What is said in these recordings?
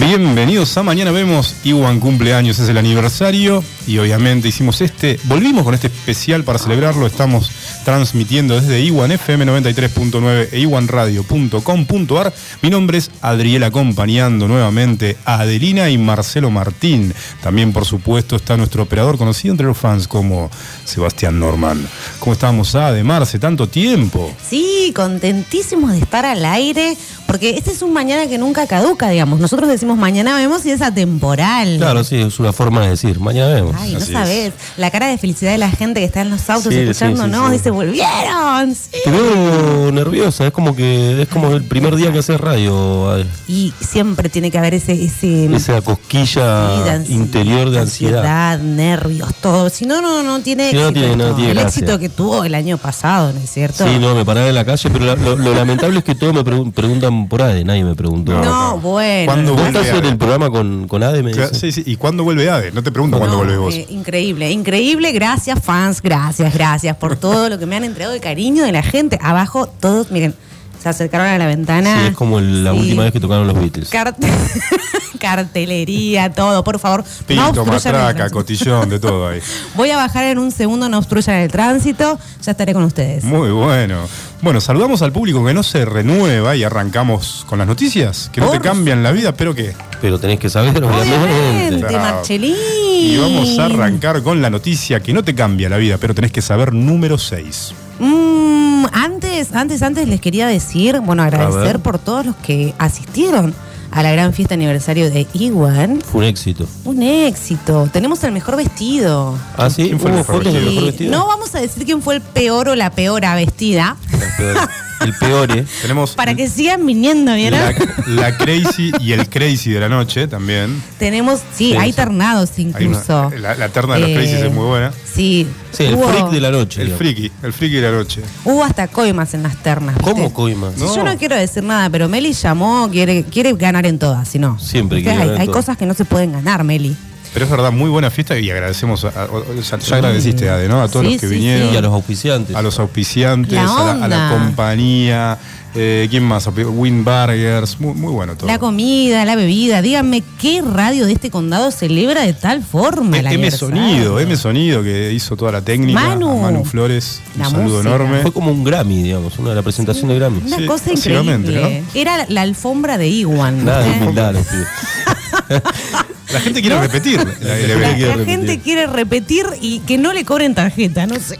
Bienvenidos a Mañana Vemos. Iwan cumpleaños, es el aniversario y obviamente hicimos este, volvimos con este especial para celebrarlo. Estamos transmitiendo desde Iwan FM 93.9 e iwanradio.com.ar. Mi nombre es Adriel, acompañando nuevamente a Adelina y Marcelo Martín. También, por supuesto, está nuestro operador conocido entre los fans como Sebastián Norman. ¿Cómo estamos, Ade, Marce? Tanto tiempo. Sí, contentísimos de estar al aire, porque este es un mañana que nunca caduca, digamos. Nosotros decimos mañana vemos y es atemporal. Claro, sí, es una forma de decir, mañana vemos. Ay, no Así es. sabés. La cara de felicidad de la gente que está en los autos Sí, sí, escuchando, sí, no, sí. dice, volvieron. Sí. Te veo nerviosa, es como que es como el primer día que haces radio, Adel. Y siempre tiene que haber ese, ese esa sí, cosquilla ansi- interior de ansiedad. ansiedad, nervios, todo. Si no, no, no tiene Si no, éxito. tiene- no esto. tiene el gracia. éxito que tuvo el año pasado, ¿no es cierto? Sí, no, me paraba en la calle, pero la- lo, lo lamentable es que todos me pregun- preguntan por Ade, nadie me preguntó. No, bueno. ¿Cuándo ¿Vos vuelve estás en Ade? el programa con, con Ade? Me Claro, dicen? sí, sí. ¿Y cuándo vuelve Ade? No te pregunto cuándo No, vuelve vos. eh, increíble, increíble. Gracias, fans. Gracias, gracias por todo lo que me han entregado de cariño de la gente. Abajo, todos, miren, se acercaron a la ventana. Sí, es como el- la Sí. última vez que tocaron los Beatles. Carte- Cartelería, todo, por favor. no Pito, obstruyan el matraca, tránsito. cotillón, de todo ahí. Voy a bajar en un segundo, no obstruyan el tránsito. Ya estaré con ustedes. Muy bueno. Bueno, saludamos al público que no se renueva y arrancamos con las noticias, que no te Por- cambian la vida, pero que... Pero tenés que saber, obviamente. Obviamente, Marchelín. Y vamos a arrancar con la noticia que no te cambia la vida, pero tenés que saber número 6. Mm, antes, antes, antes les quería decir, bueno, agradecer ver. por todos los que asistieron a la gran fiesta aniversario de Iwan. Fue un éxito. Un éxito. Tenemos el mejor vestido. ¿Ah, sí? ¿Quién fue el ¿Hubo mejor fotos del vestido? mejor Y vestido? no vamos a decir quién fue el peor o la peora vestida. El peor- El peor, ¿eh? Tenemos Para que sigan viniendo, ¿vieron? la, la crazy y el crazy de la noche también. Tenemos, sí, Sí, hay sí. ternados Hay una- incluso. la, la terna de los Eh, crazy es muy buena. Sí. Sí, el hubo, freak de la noche. El digamos. friki, el friki de la noche. hubo hasta coimas en las ternas. ¿viste? ¿Cómo coima? No. Yo no quiero decir nada, pero Meli llamó, quiere, quiere ganar en todas, si no. Siempre Viste, quiere hay, ganar en hay todas. cosas que no se pueden ganar, Meli. Pero es verdad, muy buena fiesta y agradecemos, a, a- o- ya, ya agradeciste, Ade, ¿no? A todos Sí, los que sí, vinieron. Y a los auspiciantes. a los auspiciantes, La a, la, a la onda. compañía, eh, ¿quién más? Winbargers, muy, muy bueno todo. La comida, la bebida, díganme qué radio de este condado celebra de tal forma el Eh, M aniversario? Sonido, M Sonido que hizo toda la técnica. Ah. Manu. a Manu Flores, un La saludo música. enorme. Fue como un Grammy, digamos, una de la presentación de Grammy. Una Sí, cosa básicamente, increíble. Era la, la alfombra de Iwan. Nada de ¿eh? humildad, los pibes. La gente quiere repetir la- el La, evento. la repetir. gente quiere repetir y que no le cobren tarjeta, no sé.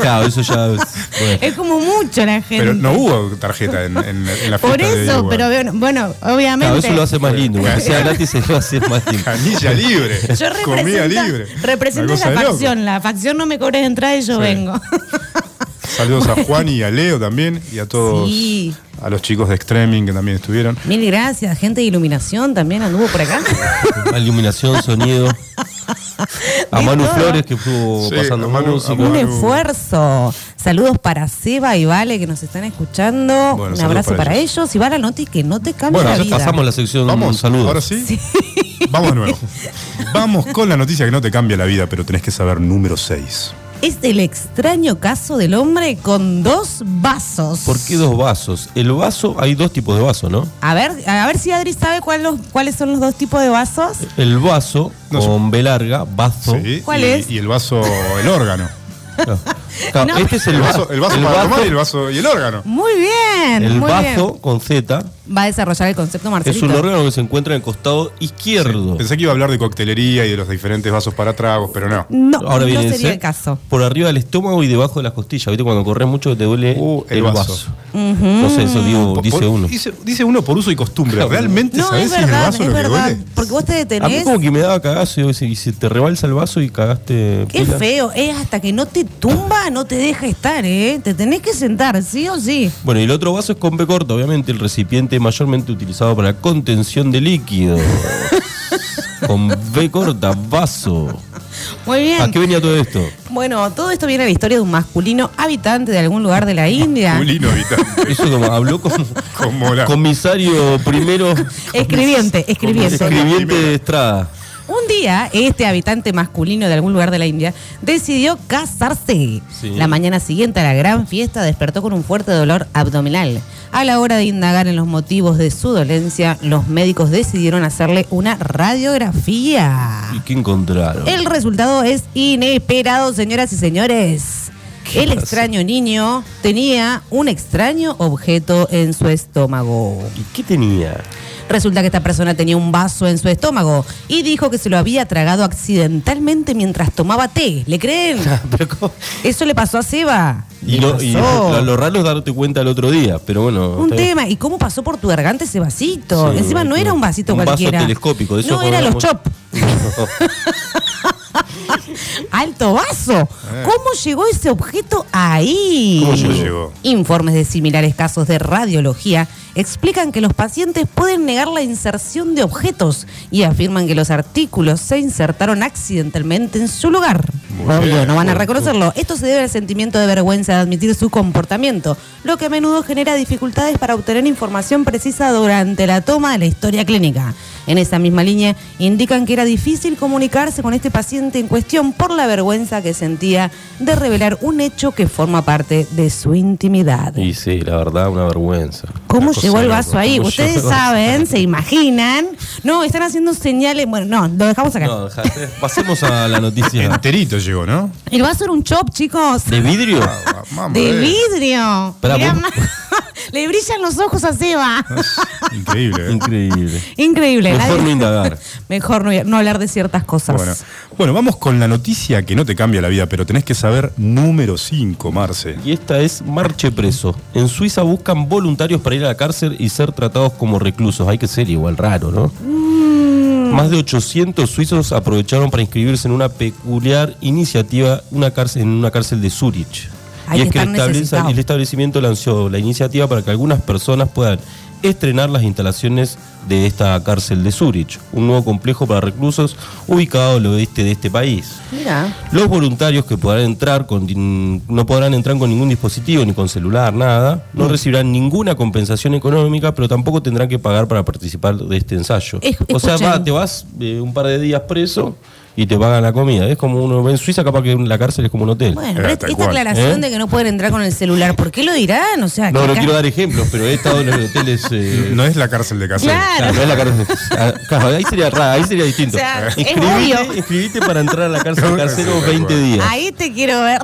Claro, eso ya. es- bueno. Es como mucho la gente. Pero no hubo tarjeta en, en- en la fiesta. Por de eso, Diego. pero bueno, bueno, obviamente. Claro, eso lo hace más lindo. Que sea gratis, se lo hace más lindo. Canilla libre, Yo comida represento, libre. Una represento cosa esa de loco. facción. La facción no me cobres entrada y yo Sí. vengo. Saludos a Juan y a Leo también y a todos. Sí. A los chicos de Extreming que también estuvieron. Mil gracias. Gente de iluminación también anduvo por acá. Iluminación, sonido. A De Manu todo. Flores que estuvo Sí, pasando a Manu- música. a Un Manu. esfuerzo. Saludos para Seba y Vale que nos están escuchando. Bueno, Un saludos abrazo para para, ellos. Y va la noti que no te cambia Bueno, la ya vida. Pasamos la sección Vamos, saludos. ahora sí. Vamos de nuevo. Vamos con la noticia que no te cambia la vida, pero tenés que saber número 6. Es el extraño caso del hombre con dos vasos. ¿Por qué dos vasos? El vaso, hay dos tipos de vasos, ¿no? A ver, a ver si Adri sabe cuál los- cuáles son los dos tipos de vasos. El vaso No, con B larga, vaso. ¿Cuál y, es? Y el vaso, el órgano. Claro. Claro, No. Este es el El vaso. vaso, el vaso para tomar y el vaso y el órgano. Muy bien. el muy bien. vaso con Z Va a desarrollar el concepto Marcelito. es un órgano que se encuentra en el costado izquierdo. Pensé que iba a hablar de coctelería y de los diferentes vasos para tragos, pero no. No, Ahora no viene sería ese, el caso. Por arriba del estómago y debajo de las costillas. ¿Viste? Cuando corres mucho te duele Uh, el el vaso. vaso. No sé, eso digo, Por- dice por- uno. Dice, dice uno por uso y costumbre. Claro. ¿Realmente No, sabés es si es el verdad, vaso es lo que verdad. duele? Porque vos te A mí detenés. como que me daba cagazo y digo, si, si te rebalsa el vaso y cagaste. Qué pila. feo, es hasta que no te tumba, no te deja estar, ¿eh? Te tenés que sentar, sí o sí. Bueno, y el otro vaso es con B corta, obviamente, el recipiente mayormente utilizado para contención de líquido. con B corta, vaso. Muy ¿A bien. qué venía todo esto? Bueno, todo esto viene a la historia de un masculino habitante de algún lugar de la India. Culino habitante. Eso como habló como Como la- comisario primero, Escribiente, escribiente. escribiente de Estrada. Un día, este habitante masculino de algún lugar de la India decidió casarse. Sí. La mañana siguiente a la gran fiesta despertó con un fuerte dolor abdominal. A la hora de indagar en los motivos de su dolencia, los médicos decidieron hacerle una radiografía. ¿Y qué encontraron? El resultado es inesperado, señoras y señores. ¿Qué El pasó? extraño niño tenía un extraño objeto en su estómago. ¿Y qué tenía? Resulta que esta persona tenía un vaso en su estómago y dijo que se lo había tragado accidentalmente mientras tomaba té. ¿Le creen? Pero ¿cómo? Eso le pasó a Seba. Y, Le lo, y pasó. lo- lo raro es darte cuenta el otro día, pero bueno. Un está bien. tema. ¿Y cómo pasó por tu garganta ese vasito? Sí, Encima no era un vasito un cualquiera. Vaso telescópico, de eso no, era los hablamos. chop. Alto vaso. Eh. ¿Cómo llegó ese objeto ahí? ¿Cómo llegó? llegó? Informes de similares casos de radiología explican que los pacientes pueden negar la inserción de objetos y afirman que los artículos se insertaron accidentalmente en su lugar. Muy Obvio, bien. no van a reconocerlo. Esto se debe al sentimiento de vergüenza de admitir su comportamiento, lo que a menudo genera dificultades para obtener información precisa durante la toma de la historia clínica. En esa misma línea, indican que era difícil comunicarse con este paciente en cuestión por la vergüenza que sentía de revelar un hecho que forma parte de su intimidad. Y sí, la verdad, una vergüenza. ¿Cómo Una cosa llegó el loca. vaso ahí? ¿Cómo llegó Ustedes el vaso? saben, se imaginan. No, están haciendo señales. Bueno, no, lo dejamos acá. No, dejate. pasemos a la noticia. Enterito llegó, ¿no? El vaso era un chop, chicos. ¿De vidrio? Ah, mamá, De eh. vidrio. Pará, Mirá, vos- ma- Le brillan los ojos a Seba. Increíble. ¿eh? Increíble. Increíble. Mejor nadie- no indagar. Mejor no, no hablar de ciertas cosas. Bueno. bueno, vamos con la noticia que no te cambia la vida, pero tenés que saber número 5, Marce. Y esta es Marche Preso. En Suiza buscan voluntarios para ir a la cárcel y ser tratados como reclusos. Hay que ser igual raro, ¿no? Más de 800 suizos aprovecharon para inscribirse en una peculiar iniciativa una cárcel, en una cárcel de Zurich. Ay, y es que el, están estableza- necesitados. el establecimiento lanzó la iniciativa para que algunas personas puedan estrenar las instalaciones de esta cárcel de Zurich, un nuevo complejo para reclusos ubicado al oeste de este país. Mira. Los voluntarios que podrán entrar con, din- no podrán entrar con ningún dispositivo, ni con celular, nada. No Mm. recibirán ninguna compensación económica, pero tampoco tendrán que pagar para participar de este ensayo. Es- o sea, escuchen. va- te vas eh, un par de días preso y te pagan la comida. Es como uno ve en Suiza, capaz que la cárcel es como un hotel. Bueno, Eh, pero tal esta cual, aclaración ¿eh? de que no pueden entrar con el celular, ¿por qué lo dirán? O sea, no, que no acá- quiero dar ejemplos, pero he estado en los hoteles. eh, No es la cárcel de Casel. Claro. Claro, no es la cárcel. Ah, claro, ahí sería raro, ahí sería distinto. O sea, es Inscribite- obvio. inscribite para entrar a la cárcel de carceros 20 días. Ahí te quiero ver.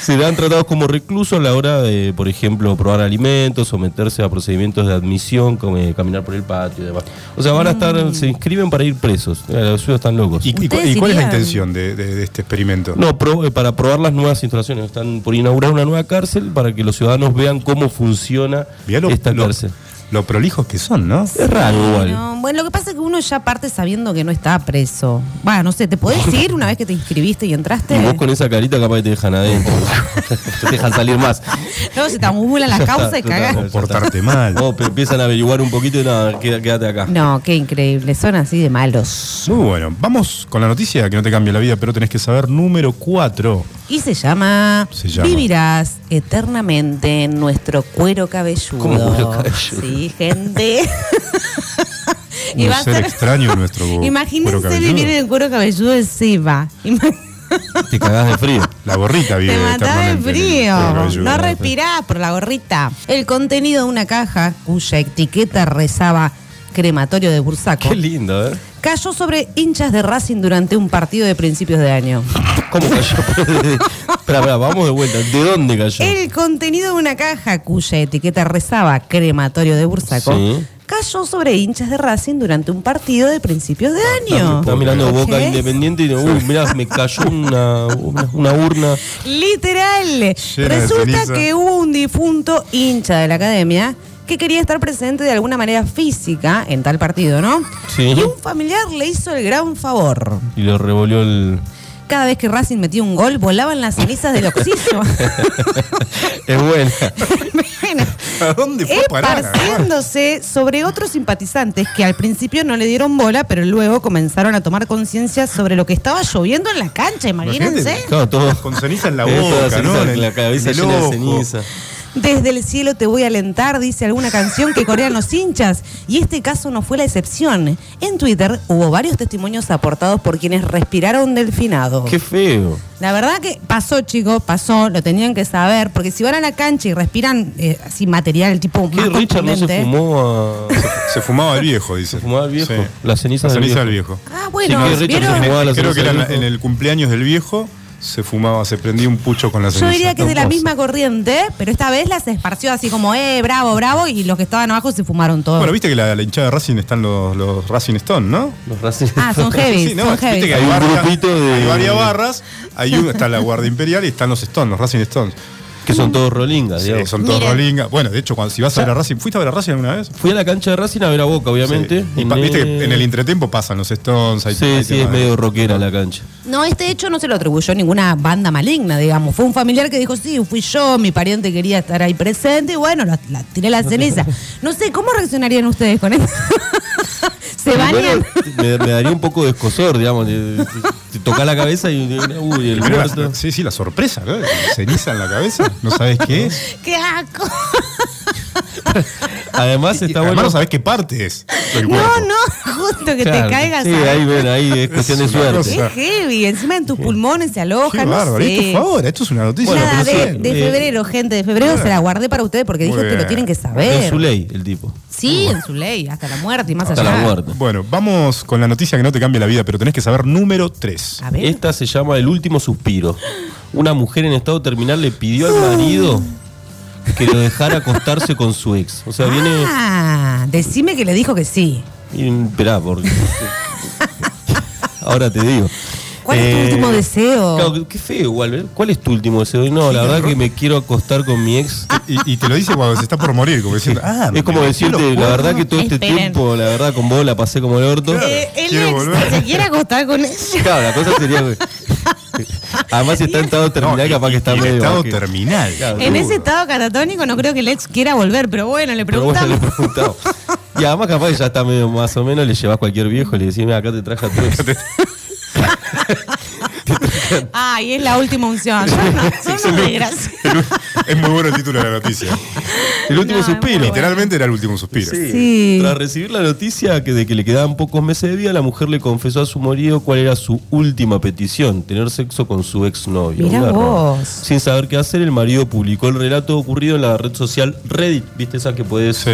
Serán tratados como reclusos a la hora de, por ejemplo, probar alimentos, someterse a procedimientos de admisión, como eh, caminar por el patio y demás. O sea, van a estar, Mm. se inscriben para ir presos. Eh, Los suyos están locos. ¿Y, y cu- Ustedes y cuál es la irían. intención de, de- de este experimento? no, pro- eh, para probar las nuevas instalaciones. Están por inaugurar una nueva cárcel para que los ciudadanos vean cómo funciona Mirá lo, esta lo- cárcel. lo prolijos que son, ¿no? Es raro igual. No, bueno, lo que pasa es que uno ya parte sabiendo que no está preso. Va, no sé, ¿te podés ir una vez que te inscribiste y entraste? Y vos con esa carita capaz que te dejan adentro. te dejan salir más. No, se te acumulan las Ya está, causas y total. cagás. O portarte mal. No, pero empiezan a averiguar un poquito y nada, queda- quédate acá. No, qué increíble. Son así de malos. Muy bueno. Vamos con la noticia que no te cambia la vida, pero tenés que saber número 4. Y se llama, Se llama. Vivirás eternamente en nuestro cuero cabelludo. ¿Cómo cuero cabelludo? Sí, gente. Y Un va a ser ser- extraño en nuestro cuero Imagínense cabelludo. vivir en el cuero cabelludo de Seba. Ima- Te cagás de frío. La gorrita vive Te mataba de eternamente en el frío. cuero cabelludo, No respirás por la gorrita. El contenido de una caja cuya etiqueta rezaba crematorio de Bursaco Qué lindo, ¿eh? cayó sobre hinchas de Racing durante un partido de principios de año. ¿Cómo cayó? Espera, espera, vamos de vuelta. ¿De dónde cayó? El contenido de una caja cuya etiqueta rezaba crematorio de Bursaco Sí. cayó sobre hinchas de Racing durante un partido de principios de año. Estaba mirando ¿Por Boca qué? Independiente y digo, uy, mirá, me cayó una, una, una urna. Literal. de Resulta ceniza. que hubo un difunto hincha de la academia que quería estar presente de alguna manera física en tal partido, ¿no? Sí. Y un familiar le hizo el gran favor. Y lo revolvió el. Cada vez que Racing metía un gol, volaban las cenizas del oxillo. Es buena. Bueno, ¿A dónde fue a parar? Esparciéndose sobre otros simpatizantes que al principio no le dieron bola, pero luego comenzaron a tomar conciencia sobre lo que estaba lloviendo en la cancha, imagínense. Imagínate. Claro, todo. Con ceniza en la Eh, toda boca, ceniza, ¿no? En el- La cabeza en el llena de ojo. ceniza. Desde el cielo te voy a alentar, dice alguna canción que corean los hinchas. Y este caso no fue la excepción. En Twitter hubo varios testimonios aportados por quienes respiraron delfinado. Qué feo. La verdad que pasó, chicos, pasó, lo tenían que saber, porque si van a la cancha y respiran eh, así material tipo ¿Qué más Richard no se contundente- fumó a... Se fumaba el viejo, dice. Se fumaba el viejo. Sí. Las cenizas La del ceniza del viejo. viejo. Ah, bueno, Sí, que Richard ¿vieron? se fumó a la Creo que era ceniza en, del la- viejo. en el cumpleaños del viejo, se fumaba, se prendía un pucho con la Yo ceniza. diría que es de la Hermoso. misma corriente, pero esta vez las esparció así como, eh, bravo, bravo, y los que estaban abajo se fumaron todos. Bueno, viste que la, la hinchada de Racing están los, los Racing Stone, ¿no? Los racistas. ah, son heavy, Sí, no, son viste heavy. que hay, Hay un barra- grupito de- hay varias barras, hay una, está la Guardia Imperial y están los Stones, los Racing Stones. Que son todos rolingas, Sí, digamos. son todos Miren. rolingas. Bueno, de hecho, cuando, si vas a ver a Racing, ¿fuiste a ver a Racing alguna vez? Fui a la cancha de Racing a ver a Boca, obviamente. Sí. Y pa- viste que en el entretiempo pasan los Stones. Hay, Sí, hay sí, temas es de- medio rockera la cancha. No, este hecho no se lo atribuyó ninguna banda maligna, digamos. Fue un familiar que dijo, sí, fui yo, mi pariente quería estar ahí presente, y bueno, la, la- tiré la ceniza. No sé, ¿cómo reaccionarían ustedes con eso? ¿Se bañan? Bueno, me, me daría un poco de escosor, digamos. de- Te, te toca la cabeza y uy, el Pero la- muerto. sí, sí, la sorpresa, ¿no? Ceniza en la cabeza, no sabes qué es. ¡Qué asco! Además está Además, bueno. no sabes qué parte es. del No, cuerpo. no, justo que Claro, te caigas Sí, ahí. ahí ven, ahí es cuestión de Es una suerte. cosa. Qué heavy, encima en tus pulmones se Qué aloja, no bárbaro. sé. Y esto es favor, esto es una noticia. Bueno, Nada, pero de, sí, de eh, febrero, gente, de febrero se la guardé para ustedes porque Muy dije, te lo bien. tienen que En su saber. ley, el tipo. Sí, en su ley, hasta la muerte y más Hasta allá. la muerte. Bueno, vamos con la noticia que no te cambia la vida, pero tenés que saber número 3. A ver. Esta se llama El último suspiro. Una mujer en estado terminal le pidió al marido que lo dejara acostarse con su ex. O sea, viene. Ah, decime que le dijo que sí. y- Esperá, porque. Ahora te digo. ¿Cuál es tu Eh, último deseo? Claro, qué- qué feo igual, ¿eh? ¿Cuál es tu último deseo? Y No, la verdad que me quiero acostar con mi ex. Y, y te lo dice cuando se está por morir, como diciendo, ah, es como me- decirte, la verdad que todo este Esperen. tiempo, la verdad con vos la pasé como el orto. Eh, el Quiero ex volver. se quiere acostar con ella. Claro, la cosa sería. Además, si está en estado No, terminal, y- capaz que está y en medio. estado bajo. terminal. Claro, En duro. ese estado catatónico no creo que el ex quiera volver, pero bueno, le Pero bueno, le preguntamos. preguntamos. Y además, capaz que ya está medio más o menos, le llevas cualquier viejo y le decís, mira, acá te traje a tu ex". Ay, es la última unción. Son no, son unos desgraciados. es muy bueno el título de la noticia. El último No, es muy suspiro. bueno. Literalmente era el último suspiro. Sí. Tras recibir la noticia que de que le quedaban pocos meses de vida, la mujer le confesó a su marido cuál era su última petición, tener sexo con su exnovio. Mirá Una vos. rara. Sin saber qué hacer, el marido publicó el relato ocurrido en la red social Reddit, viste esa que podés, Sí.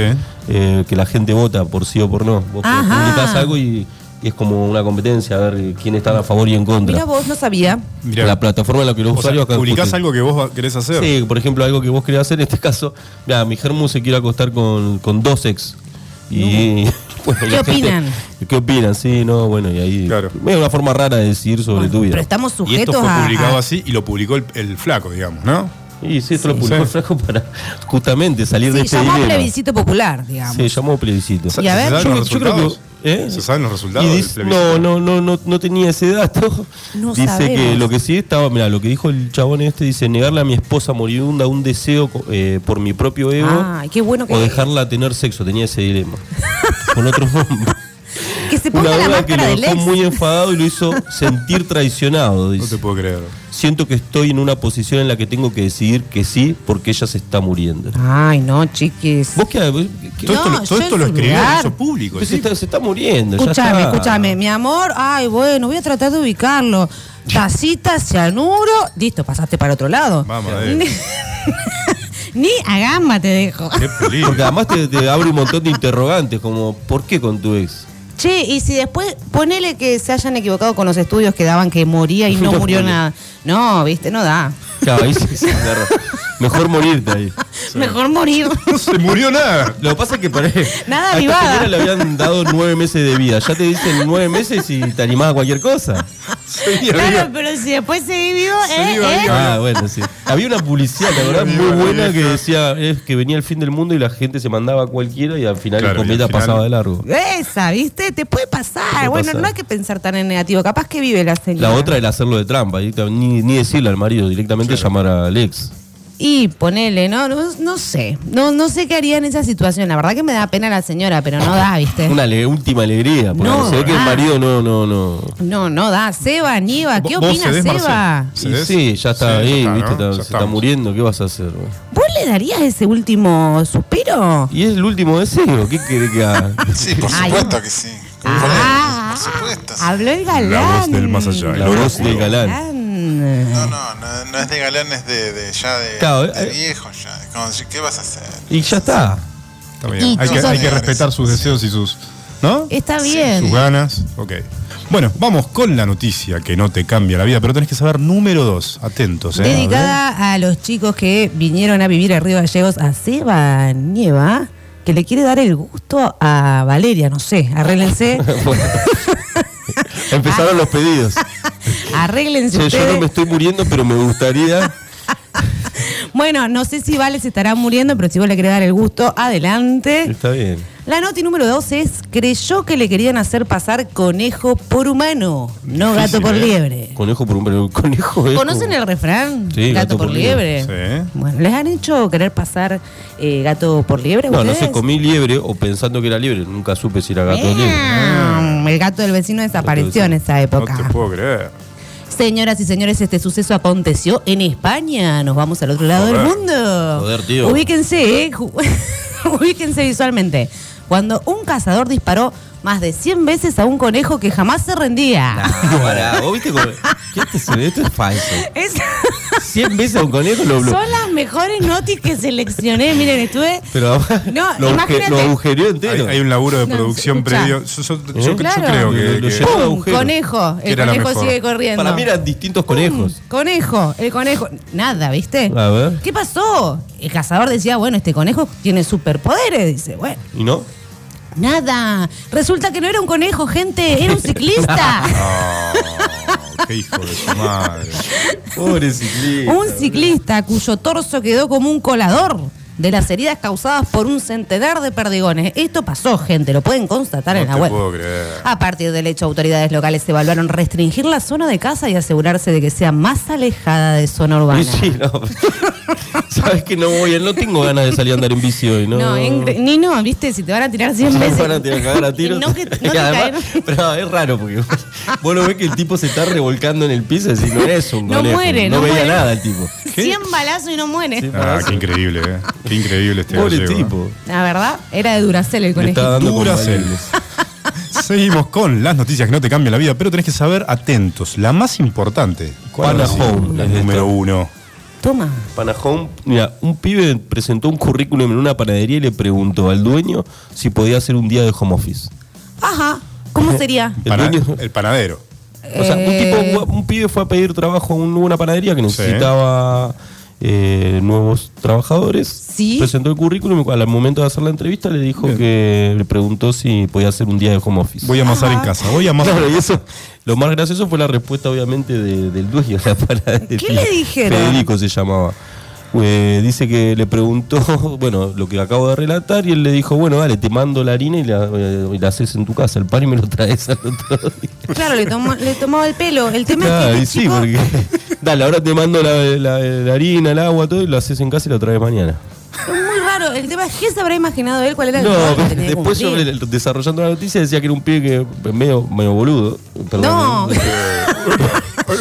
eh, que la gente vota por sí o por no. Vos Ajá. publicás algo y, y es como una competencia, a ver quién está a favor y en contra. Mira vos, no sabía. Mirá, La plataforma en la que los o sea, usuarios acá publicás discuten. algo que vos querés hacer. Sí, por ejemplo, algo que vos querés hacer, en este caso, mira, mi germu se quiere acostar con, con dos ex. Y, bueno, ¿Qué la gente- opinan? ¿Qué opinan? Sí, no, bueno, y ahí. Claro. Es una forma rara de decidir sobre tu vida. Pero estamos y esto sujetos fue a- publicado a. así y lo publicó el, el flaco, digamos, ¿no? Y sí, esto lo publicó Sí. el Franco para justamente salir de Sí, este llamó a dilema. plebiscito popular, digamos. Sí, llamó plebiscito. ¿Se- Y a se ver, saben Yo- los yo creo que- resultados? ¿eh? ¿Se saben los resultados? Y del dice- plebiscito? no, no, no, no, no tenía ese dato. No dice sabemos. que lo que sí estaba, mira, lo que dijo el chabón este, dice negarle a mi esposa moribunda un deseo co- eh, por mi propio ego Ay, qué bueno que- o dejarla tener sexo, tenía ese dilema. Con otro hombre. Que se Una ponga la duda que lo máscara del dejó ex. muy enfadado y lo hizo sentir traicionado, No dice. te puedo creer. Siento que estoy en una posición en la que tengo que decidir que sí porque ella se está muriendo. Ay, no, chiquis. ¿Vos qué? qué- Todo esto, No, lo- todo yo esto en lo su escribió, lo lugar. hizo público. pues se, sí. está, se está muriendo. ya Escúchame, está. escúchame, mi amor. Ay, bueno, voy a tratar de ubicarlo. Tacita, cianuro. Listo, pasaste para otro lado. Vamos, a ver. Ni a gamba te dejo. Qué Porque peligro. además te, te abre un montón de interrogantes, como ¿por qué con tu ex? Che, y si después ponele que se hayan equivocado con los estudios que daban que moría y no murió nada. No, viste, no da. Claro, ahí sí, sí, claro. Mejor morirte ahí. Mejor morir. No se murió nada. Lo que pasa es que para a Nada esta avivada. señora le habían dado nueve meses de vida. Ya te dicen nueve meses y te animás a cualquier cosa. Seguía Claro, vivo. pero si después seguí vivo, Seguí eh, vivo, eh. vivo. Ah, bueno, sí. Había una publicidad, la verdad, Viva muy la buena que vieja. decía es que venía el fin del mundo y la gente se mandaba a cualquiera y al final Claro, y el al cometa final- pasaba de largo. Esa, ¿viste? Te puede pasar. Te puede bueno, pasar. no hay que pensar tan en negativo. Capaz que vive la señora. La otra era hacerlo de trampa, directa- ni, ni decirle al marido, directamente llamar al ex. Y ponele, no, no, no sé. No, no sé qué haría en esa situación. La verdad que me da pena la señora, pero no da, ¿viste? Una ale- última alegría. Porque Eh. No, se ve que el ah. marido no, no, no. No, no da. Seba, Niva, ¿qué Vos opina cedés, Seba? Marcelo. Y ¿Cedés? sí, ya está Sí, ahí, ya está, viste, ¿no? está- Ya se está estamos. muriendo, ¿qué vas a hacer? güey? ¿Vos le darías ese último suspiro? Y es el último deseo, ¿qué querés que haga? Sí, por Ay. supuesto que sí. Ah, Por supuesto. habló el galán. La voz del más allá. La El voz del Ah. galán. Galán. No, no, no, no es de galán, es de, de ya de, Claro, de eh. viejo ya. Es como decir, ¿Qué vas a hacer? Y ya está. Está bien. Y Hay, que, tus hay que órdenes. respetar sus deseos y sus. ¿No? Está Sus bien. ganas. Ok. Bueno, vamos con la noticia que no te cambia la vida, pero tenés que saber número dos. Atentos, ¿eh? Dedicada a los chicos que vinieron a vivir a Río Gallegos, a Seba Nieva, que le quiere dar el gusto a Valeria, no sé, arréglense. Bueno. Ah. Empezaron los pedidos. Arréglense Che, yo no ustedes. me estoy muriendo, pero me gustaría. Bueno, no sé si Vale se estará muriendo, pero si vos le querés dar el gusto, adelante. Está bien. La noti número 2 es, creyó que le querían hacer pasar conejo por humano, no gato Difícil, por ¿eh? liebre. Conejo por un pero el conejo. es ¿Conocen como- el refrán? Sí, gato por liebre. Sí. Bueno, ¿les han hecho querer pasar eh, gato por liebre? No, no ustedes? sé, comí liebre o pensando que era liebre. Nunca supe si era gato o liebre. Miau, Mm, El gato del vecino desapareció en esa No época. te puedo creer. Señoras y señores, este suceso aconteció en España. Nos vamos al otro lado del Joder. mundo. Joder, tío. Ubíquense, ¿eh? Ju- Ubíquense visualmente. Cuando un cazador disparó más de 100 veces a un conejo que jamás se rendía. Ah, pará, ¿vos viste cómo- ¿Qué te se Esto es falso. Es- 100 veces a un conejo lo, lo- son las mejores notis que seleccioné. Miren, estuve. Pero No, lo, imagínate. agujereó lo agujereó Hay, entero. hay un laburo de No, producción escucha. previo. Yo, yo- yo- yo Claro. creo Lo- que. lo que- lleva- ¡Pum! agujero. Conejo. El Era la conejo mejor. sigue corriendo. Para mí eran distintos conejos. Conejo, el conejo. Nada, ¿viste? A ver. ¿Qué pasó? El cazador decía, bueno, este conejo tiene superpoderes. Dice, bueno, ¿Y no? nada. Resulta que no era un conejo, gente, era un ciclista. Oh, qué hijo de su madre. Pobre ciclista. un ciclista cuyo torso quedó como un colador de las heridas causadas por un centenar de perdigones. Esto pasó, gente, lo pueden constatar en No la te web. puedo creer. A partir del hecho, autoridades locales evaluaron restringir la zona de casa y asegurarse de que sea más alejada de zona urbana. Y sí, no. Sabes que no voy, no tengo ganas de salir a andar en bici hoy, ¿no? No, en- ni no, viste, si te van a tirar 100 Me veces. van a tirar a cagar a tiros. Y no que- no Y te además- caen. pero no, es raro porque vos lo ves que el tipo se está revolcando en el piso y decís, no es un No conejo. muere, no veía muere. nada el tipo. 100 balazos y no muere. Sí, Ah, qué increíble, ¿eh? Qué increíble este Pobre gallego, ¿eh? tipo. La verdad, era de Duracel el Le estaba conejito. dando con Duracell. Valencia. Seguimos con las noticias que no te cambian la vida, pero tenés que saber atentos. La más importante. Panajón, La es esta. número uno. Toma. Panajón, mira, un pibe presentó un currículum en una panadería y le preguntó al dueño si podía hacer un día de home office. Ajá. ¿Cómo sería? Eh, El, pana- dueño- el panadero. O sea, un, tipo, un- un pibe fue a pedir trabajo a un- una panadería que necesitaba eh, nuevos trabajadores. Sí. Presentó el currículum y al momento de hacer la entrevista le dijo que le preguntó si podía hacer un día de home office. Voy a amasar en casa. Voy a amasar. Claro, y eso, lo más gracioso fue la respuesta obviamente de- del dueño de la panadería. ¿Qué le dijeron? Federico se llamaba. Eh, dice que le preguntó, bueno, lo que acabo de relatar y él le dijo, bueno, dale, te mando la harina y la, eh, y la haces en tu casa, el pan y me lo traes al otro día. Claro, le, tomó- le tomaba el pelo. El tema Ah, es que. y este sí, chico- porque. Dale, ahora te mando la, la- la harina, el agua, todo, y lo haces en casa y lo traes mañana. Es muy raro. El tema es que se habrá imaginado él cuál era el No, trabajo que tenía que después sobre cumplir. el- desarrollando la noticia decía que era un pibe que medio, medio boludo. Perdón, No. eh,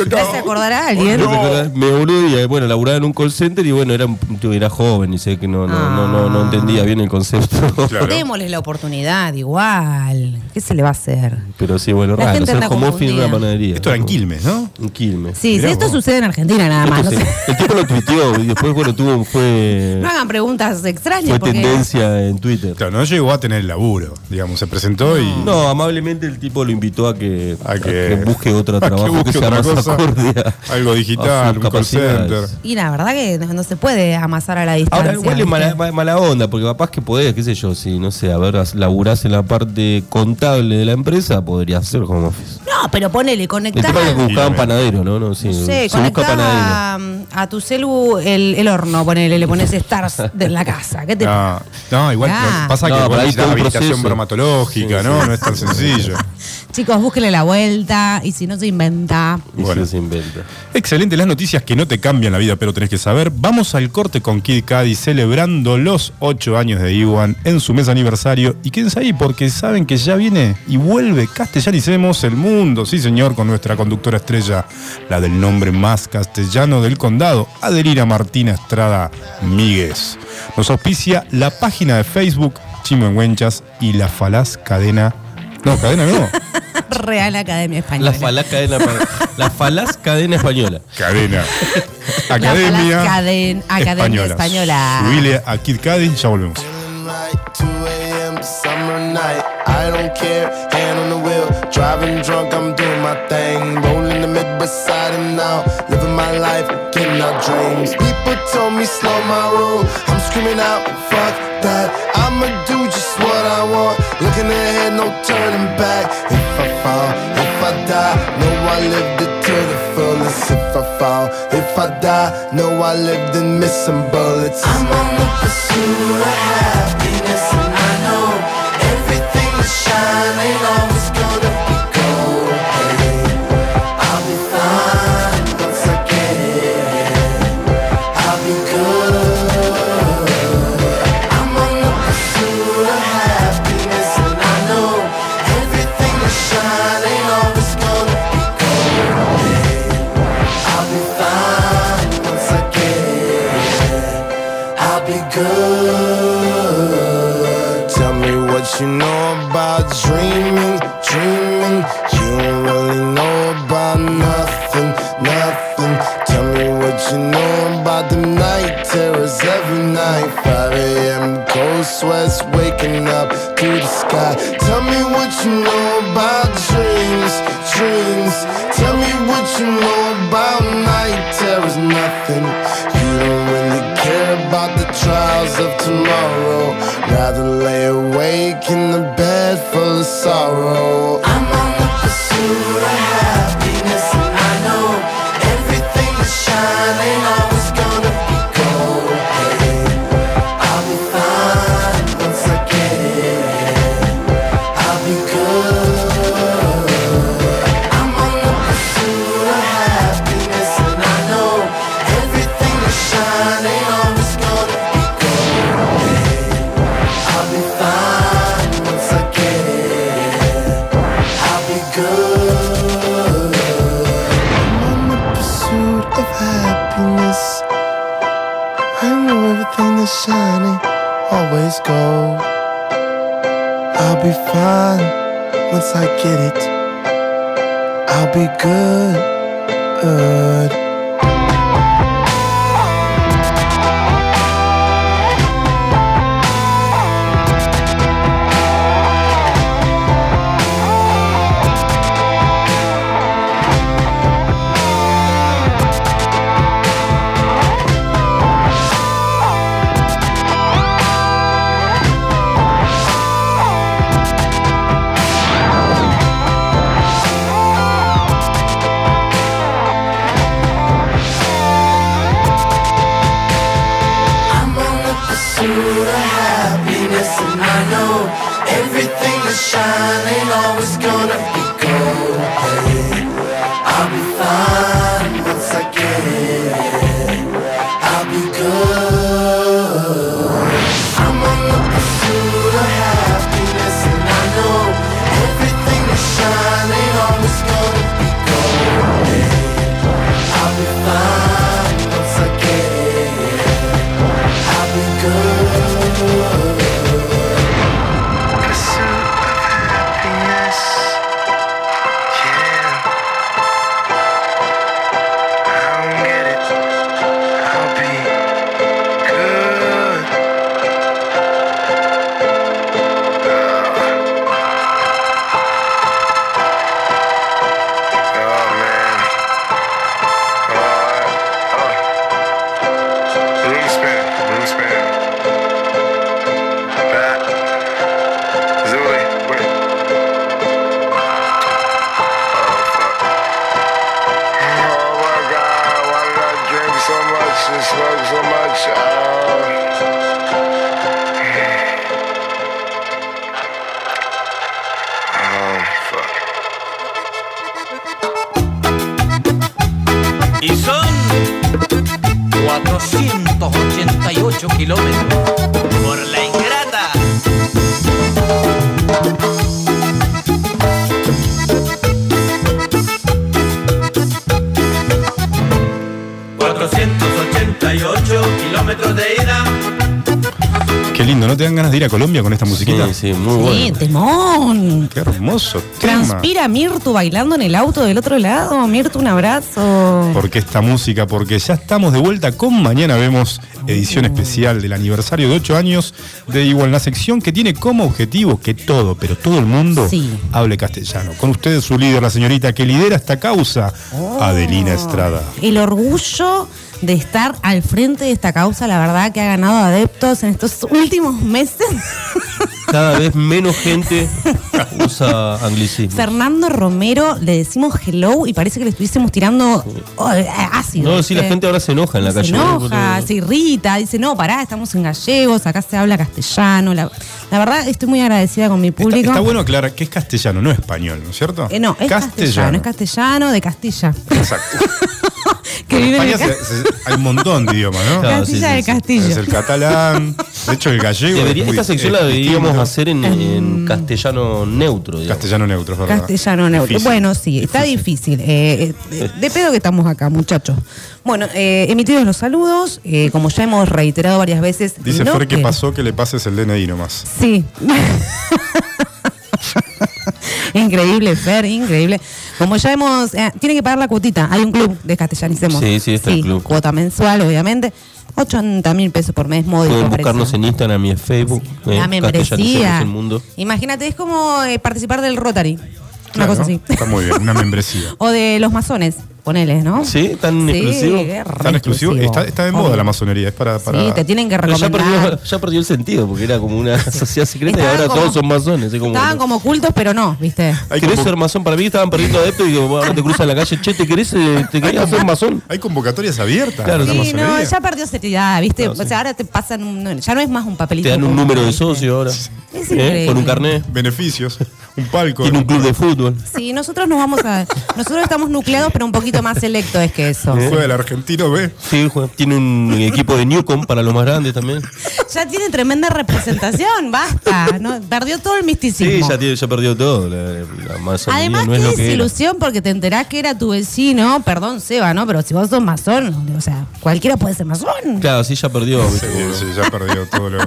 Ya se acordará alguien. no recordaba, Medio boludo y eh, bueno, laburaba en un call center y bueno, era, un- era joven y sé que no, no, no, no, Ah. no entendía bien el concepto. Claro. Démosle la oportunidad, igual. ¿Qué se le va a hacer? Pero sí, bueno, La raro, gente ser anda como en confundida. una panadería. Esto era en Quilmes, ¿no? En Quilmes. Sí, Mirá si esto vos. sucede en Argentina nada más. No, Esto se- sé. El tipo lo tuiteó y después, bueno, tuvo, fue, No hagan preguntas Eh, fue extrañas porque. tendencia en Twitter. Claro, no llegó a tener laburo. Digamos, se presentó y. No, amablemente el tipo lo invitó a que, A a que- que busque otro a que trabajo que, busque sea otra más cosa, acorde a- algo digital, a sus un call capacidades. center. Y la verdad que no, no se puede amasar a la distancia. Ahora, igual es mala, ¿viste? ma- mala onda, porque capaz que podés, qué sé yo, si no sé, a ver, as- laburás en la parte contable de la empresa, podría ser home office. No, pero ponele, El conectar. tema es que No buscaban panadero, ¿no? no sí, sé, se busca panadero. conectá a, a tu celu el, el horno, ponele, le pones stars de la casa. ¿Qué te No, no, igual Ah. pasa que No, vos por ahí necesitas todo un habilitación proceso. bromatológica, Sí, ¿no? sí. No es tan sencillo. Chicos, búsquenle la vuelta y si no se inventa. Y se Bueno. los inventa. Excelente, las noticias que no te cambian la vida, pero tenés que saber. Vamos al corte con Kid Cudi celebrando los 8 años de Iwan en su mes aniversario. Y quédense ahí porque saben que ya viene y vuelve Castellanicemos el Mundo. Sí, señor, con nuestra conductora estrella, la del nombre más castellano del condado, Adelina Martina Estrada Míguez. Nos auspicia la página de Facebook Chimenguenchas y la falaz cadena. No, cadena no. Real Academia Española. La falaz cadena, la falaz cadena española. cadena. La Academia. falaz caden- Academia Española. Subile a Kid Cudi, ya volvemos. Feeling right, 2 a.m. summer night. I don't care, hand on the wheel, driving drunk, I'm doing my thing. Rolling the Midwest side and now, living my life, getting out dreams. People told me slow my roll, I'm screaming out, fuck that. I'ma do just what I want, looking ahead, no turning back. If I fall, if I die, know I lived it to the fullest. If I fall, if I die, know I lived in missing bullets. I'm on the pursuit of happiness, and I know everything that shine ain't always gonna be gold. Hey, I'll be fine once I get it. I'll be good. I'm on the pursuit of happiness, and I know everything that shine ain't always gonna be gold. Hey, I'll be fine once I get it. I'll be good. Tell me what you know about dreaming, dreaming. You don't really know about nothing, nothing. Tell me what you know about the night terrors every night. 5 a.m. cold sweats waking up to the sky. Tell me what you know about dreams, dreams. Tell me what you know about night terrors, nothing. You don't really care about the trials of tomorrow. Rather lay awake in the bed full of sorrow. I'm on the pursuit of happiness, and I know everything that shine ain't always gonna be gold. Hey, I'll be fine once I get it. I'll be good. I'm on the pursuit of happiness, and I know everything that shine ain't always gonna be gold. Hey, I'll be fine once I get it. I'll be good. I'm on the pursuit of happiness. I know everything that's shining always gold. I'll be fine once I get it. I'll be good. I'm on the pursuit of happiness, and I know everything that shine ain't always gonna be gold. Hey, I'll be fine once I get it. I'll be good. I'm on the pursuit of happiness, and I know everything that shine ain't always gonna be gold. Hey, I'll be fine once I get it. I'll be good. Pursuit of happiness. Oh, oh, oh. 8 kilómetros por la ingrata. ...488 kilómetros de ida... Qué lindo, ¿no te dan ganas de ir a Colombia con esta musiquita? Sí, sí, muy Sí, bueno. temón. Qué hermoso tema. Transpira Mirtu bailando en el auto del otro lado. Mirtu, un abrazo. Porque esta música, porque ya estamos de vuelta con Mañana Vemos, Mm. edición especial del aniversario de 8 años de Igual, la sección que tiene como objetivo que todo, pero todo el mundo Sí. hable castellano. Con ustedes su líder, la señorita que lidera esta causa, Oh. Adelina Estrada. El orgullo de estar al frente de esta causa, la verdad que ha ganado adeptos en estos últimos meses. Cada vez menos gente usa anglicismo. Fernando Romero, le decimos hello y parece que le estuviésemos tirando oh, ácido. No, sí, la ¿viste? gente ahora se enoja en la calle. Se enoja, se irrita, dice, no, pará, estamos en gallegos, acá se habla castellano. La, la verdad, estoy muy agradecida con mi Está, público. está bueno aclarar que es castellano, no español, ¿no es cierto? Eh, no, es castellano. es castellano de Castilla. Exacto. Ah, que vive en España el ca- se- se- hay un montón de idiomas, ¿no? Claro, Castilla sí, de sí, sí. Castillo. Es el catalán, de hecho el gallego. es Debería- muy- esta sección la es deberíamos distinto. hacer en, Mm. en castellano neutro. digamos. Castellano neutro, es verdad. Castellano neutro. Difícil. Bueno, sí, está difícil. Eh, eh, de- de pedo que estamos acá, muchachos. Bueno, eh, emitidos los saludos, eh, como ya hemos reiterado varias veces. Dice no Fer que queremos- pasó que le pases el DNI nomás. Sí. increíble, Fer, increíble. Como ya hemos. eh, tiene que pagar la cuotita. Hay un club de castellanicemos. Sí, sí, está el club. Cuota mensual, obviamente. 80 mil pesos por mes, módico. Pueden precio. buscarnos en Instagram y en Facebook. eh, La Castellanicemos membresía. el mundo. Imagínate, es como eh, participar del Rotary. Una Claro, cosa así. Está muy bien, una membresía. O de los masones, ponele, ¿no? Sí, tan exclusivo. es re Tan exclusivo. Está, está de moda Obvio. la masonería, es para. para... Sí, te tienen que Pero ya perdió, recomendar. ya perdió el sentido, porque era como una sociedad secreta y Estaban ahora como- todos son masones. es como- Estaban como cultos, pero no, ¿viste? Hay, ¿Querés convo- ser masón? Para mí estaban perdiendo adeptos y digo, bueno, ahora te cruzan la calle, che, ¿te querés, eh, te querés hacer masón? hay convocatorias abiertas. Claro, de la sí, Sí, no, masonería. ya perdió seriedad, ¿viste? Claro, O sea, ahora te pasan un- no, ya no es más un papelito. Te dan un común, número de ¿viste? socio ahora. ¿eh? increíble. Con un carnet. Beneficios, un palco. Tiene un club de fútbol. Sí, nosotros nos vamos a nosotros estamos nucleados, pero un poquito más selecto es que eso. ¿eh? Juega el argentino, ve. Sí, juega- tiene un equipo de Newcom para los más grandes también. Ya tiene tremenda representación, basta, ¿no? Perdió todo el Sí, misticismo. ya, tiene, ya perdió todo. La, la masonería Además, no es qué lo que era. desilusión porque te enterás que era tu vecino, perdón, Seba, ¿no? Pero si vos sos masón, o sea, cualquiera puede ser masón. Claro, sí, ya perdió. ¿viste? Sí, sí, ya perdió todo, lo,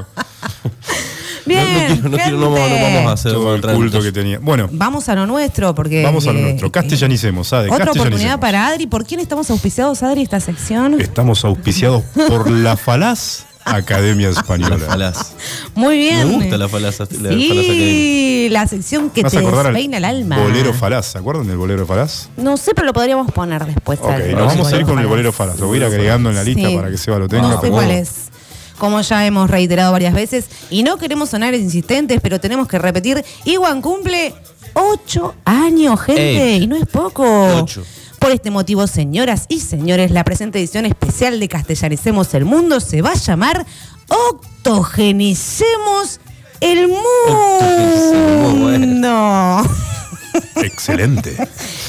Bien, no, no quiero- no quiero- no vamos- no gente. vamos a hacer todo el entrar en culto que detalle. tenía. Bueno, Vamos a lo nuestro porque... vamos a lo eh, nuestro. eh, Castellanicemos, Ade. Otra oportunidad castellanicemos. para Adri. ¿Por quién estamos auspiciados, Adri, esta sección? Eh, Estamos auspiciados por la Falaz Academia La Española. falaz. Muy bien. Me gusta la falaza- la falaza Sí, la sección que Vas te a acordar al despeina el alma. Bolero Falaz, ¿se acuerdan del Bolero Falaz? No sé, pero lo podríamos poner después. Ok, al- nos al vamos a ir con el Bolero falaz. Falaz. Lo voy a ir agregando en la lista Sí. para que Seba lo tenga. No sé porque- cuál es. Como ya hemos reiterado varias veces, y no queremos sonar insistentes, pero tenemos que repetir, Iwan cumple ocho años, gente, Ey. y no es poco. Ocho. Por este motivo, señoras y señores, la presente edición especial de Castellanicemos el Mundo se va a llamar Octogenicemos el Octogenicemos, muy Mundo. Excelente.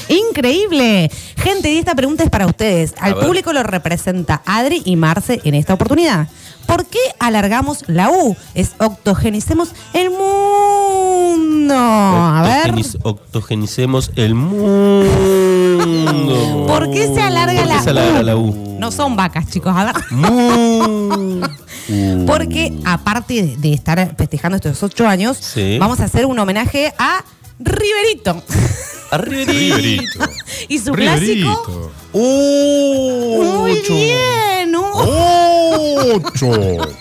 Increíble. Gente, y esta pregunta es para ustedes. A Al ver. público lo representa Adri y Marce en esta oportunidad. ¿Por qué alargamos la U? Es octogenicemos el mundo. A ver. Octogenic- Octogenicemos el mundo. ¿Por qué se alarga ¿Por la qué se alarga la U? No son vacas, chicos. A ver. Mm. Porque aparte de- de estar festejando estos ocho años, Sí. vamos a hacer un homenaje a Riverito Arriberito. y su clásico. Riverito. ¡Oh! Muy ocho. bien. uh. ¡Ocho!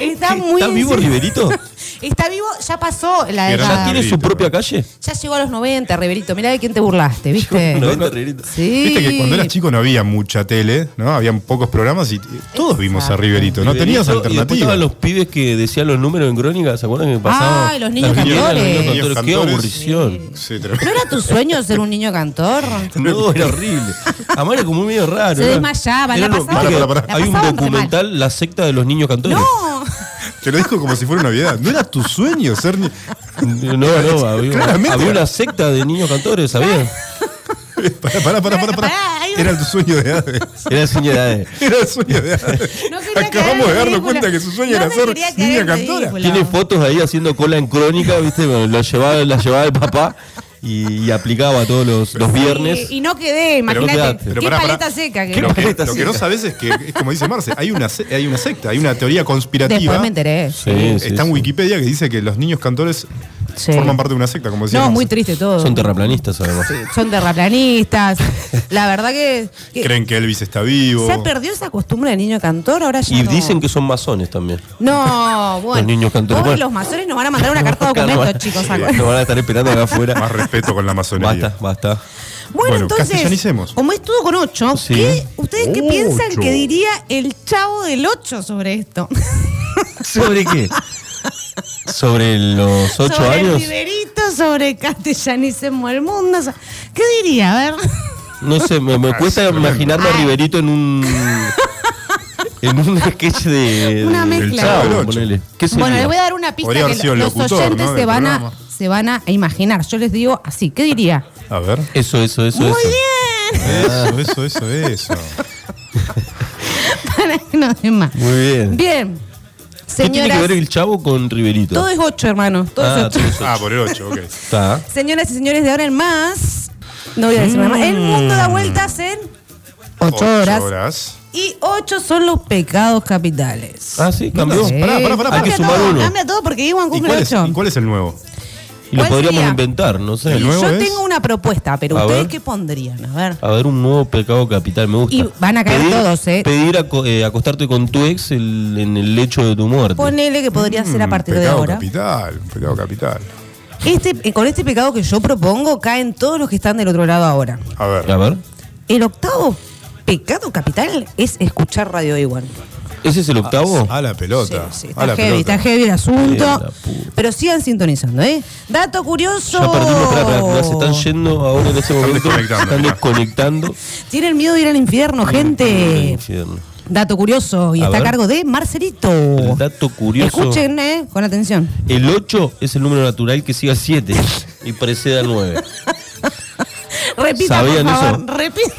Está ¿Qué? muy ¿Está vivo enci- Riverito? Está vivo, ya pasó la Gran edad. ¿Tiene su Riverito, propia eh. calle? Ya llegó a los 90, Riverito. Mirá de quién te burlaste, ¿viste? No, no, Riverito. Sí. Viste que cuando eras chico no había mucha tele, ¿no? Habían pocos programas y todos vimos a Riverito. No tenías Riverito, y después alternativa. estaban los pibes que decían los números en crónica, ¿se acuerdan que pasaban? Ay, los niños Las viñetas, Los cantores. niños Niños cantores. Qué cantores. aburrición. Sí, tremendo. ¿No era tu sueño ser un niño cantor? No, era horrible. Además era como medio raro. Se ¿no? desmayaban, la Era lo- pasaban- viste que Pará, pará, pará. Hay la pasaban un re documental, La secta de los niños cantores. No. Te lo dijo como si fuera una novedad. No era tu sueño ser ni... No, no, había, Claramente. había una secta de niños cantores, ¿sabías? Pará, pará, pará, pará, pará. Pará, hay Era tu sueño de Hades. Era el sueño de Hades. Era el sueño de Hades. No quería Acabamos caer de en darnos ridículo. cuenta que su sueño No era me ser quería caer niña en cantora. ridículo. Tiene fotos ahí haciendo cola en crónica, ¿viste? Lo llevaba, la llevaba el papá y, y aplicaba todos los, los viernes. Y, y no quedé, imagínate. quédate. Qué Pero pará, pará. paleta seca que Lo que, lo que no seca. sabes es que, es como dice Marce, hay una, se- hay una secta, hay una teoría Después conspirativa. Eh, me enteré. Sí, sí, está en sí. Wikipedia que dice que los niños cantores Sí. forman parte de una secta, como decía. No, Marce. muy triste todo. Son terraplanistas, además. Son terraplanistas. La verdad que. que Creen que Elvis está vivo. se perdió esa costumbre de niño cantor, ahora ya. Y no. dicen que son masones también. No, bueno. Los niños cantores, Hoy bueno. los masones nos van a mandar una carta de documento, chicos. Nos van a estar esperando acá Más afuera. respeto con la masonería. Basta, basta. Bueno, Bueno, castellanicemos. entonces, como es todo con 8, Sí. ¿ustedes qué piensan que diría el chavo del 8 sobre esto? ¿Sobre qué? ¿Sobre los ocho sobre el años? Riverito, sobre castellanicemos el mundo. so- ¿Qué diría? A ver. No sé, me, Ah, me cuesta imaginarlo a Ay. Riverito en un. en un sketch de. Una del mezcla. Chavo, Del ocho. ponele. ¿Qué Bueno, sería? les voy a dar una pista Podría que haber sido el los locutor, oyentes ¿no? del se, van a, programa. se van a imaginar. Yo les digo así. ¿Qué diría? A ver. Eso, eso, eso. Muy eso. bien. Ah. Eso, eso, eso, eso. Para que no den más. Muy bien. Bien. ¿Qué tiene que Señoras, ver el chavo con Riverito? todo es 8, hermano. Todo es Ah, ocho. todo es ocho. Ah, por el 8, ok. Está. Señoras y señores, de ahora en más. No voy a decir nada más. El mundo da vueltas en 8 Ocho horas. Y 8 son los pecados capitales. Ah, sí, cambió. No, pará, pará, pará, Hay que Cambia sumar todo, uno. Cambia todo porque Iwan ¿Y cumple cuál, es, 8. y cuál es el nuevo? Y lo ¿Cuál podríamos sería? inventar, no sé. El nuevo. Yo es? tengo una propuesta, pero A ¿ustedes ver. qué pondrían? A ver. A ver, un nuevo pecado capital, me gusta. Y van a caer todos, ¿eh? Pedir aco- eh, acostarte con tu ex el- en el lecho de tu muerte. Ponele que podría ser a Mm, partir de pecado ahora. capital, un pecado capital. Este, eh, con este pecado que yo propongo caen todos los que están del otro lado ahora. A ver. A ver. El octavo pecado capital es escuchar Radio Iwan. ¿Ese es el octavo? A la pelota. Sí, sí, a está la heavy, pelota. está heavy el Eh, asunto. la puta. Pero sigan sintonizando, ¿eh? Dato curioso. Ya perdimos, pará, pará, pará, se están yendo ahora en ese momento, se desconectando, están mirá. desconectando. Tienen miedo de ir al infierno, Al gente. infierno. Dato curioso y A está a ver. cargo de Marcelito. El dato curioso. Escuchen, eh, con atención. El 8 es el número natural que sigue al 7 y precede al 9. Repita, por ¿Sabían favor, eso? repita.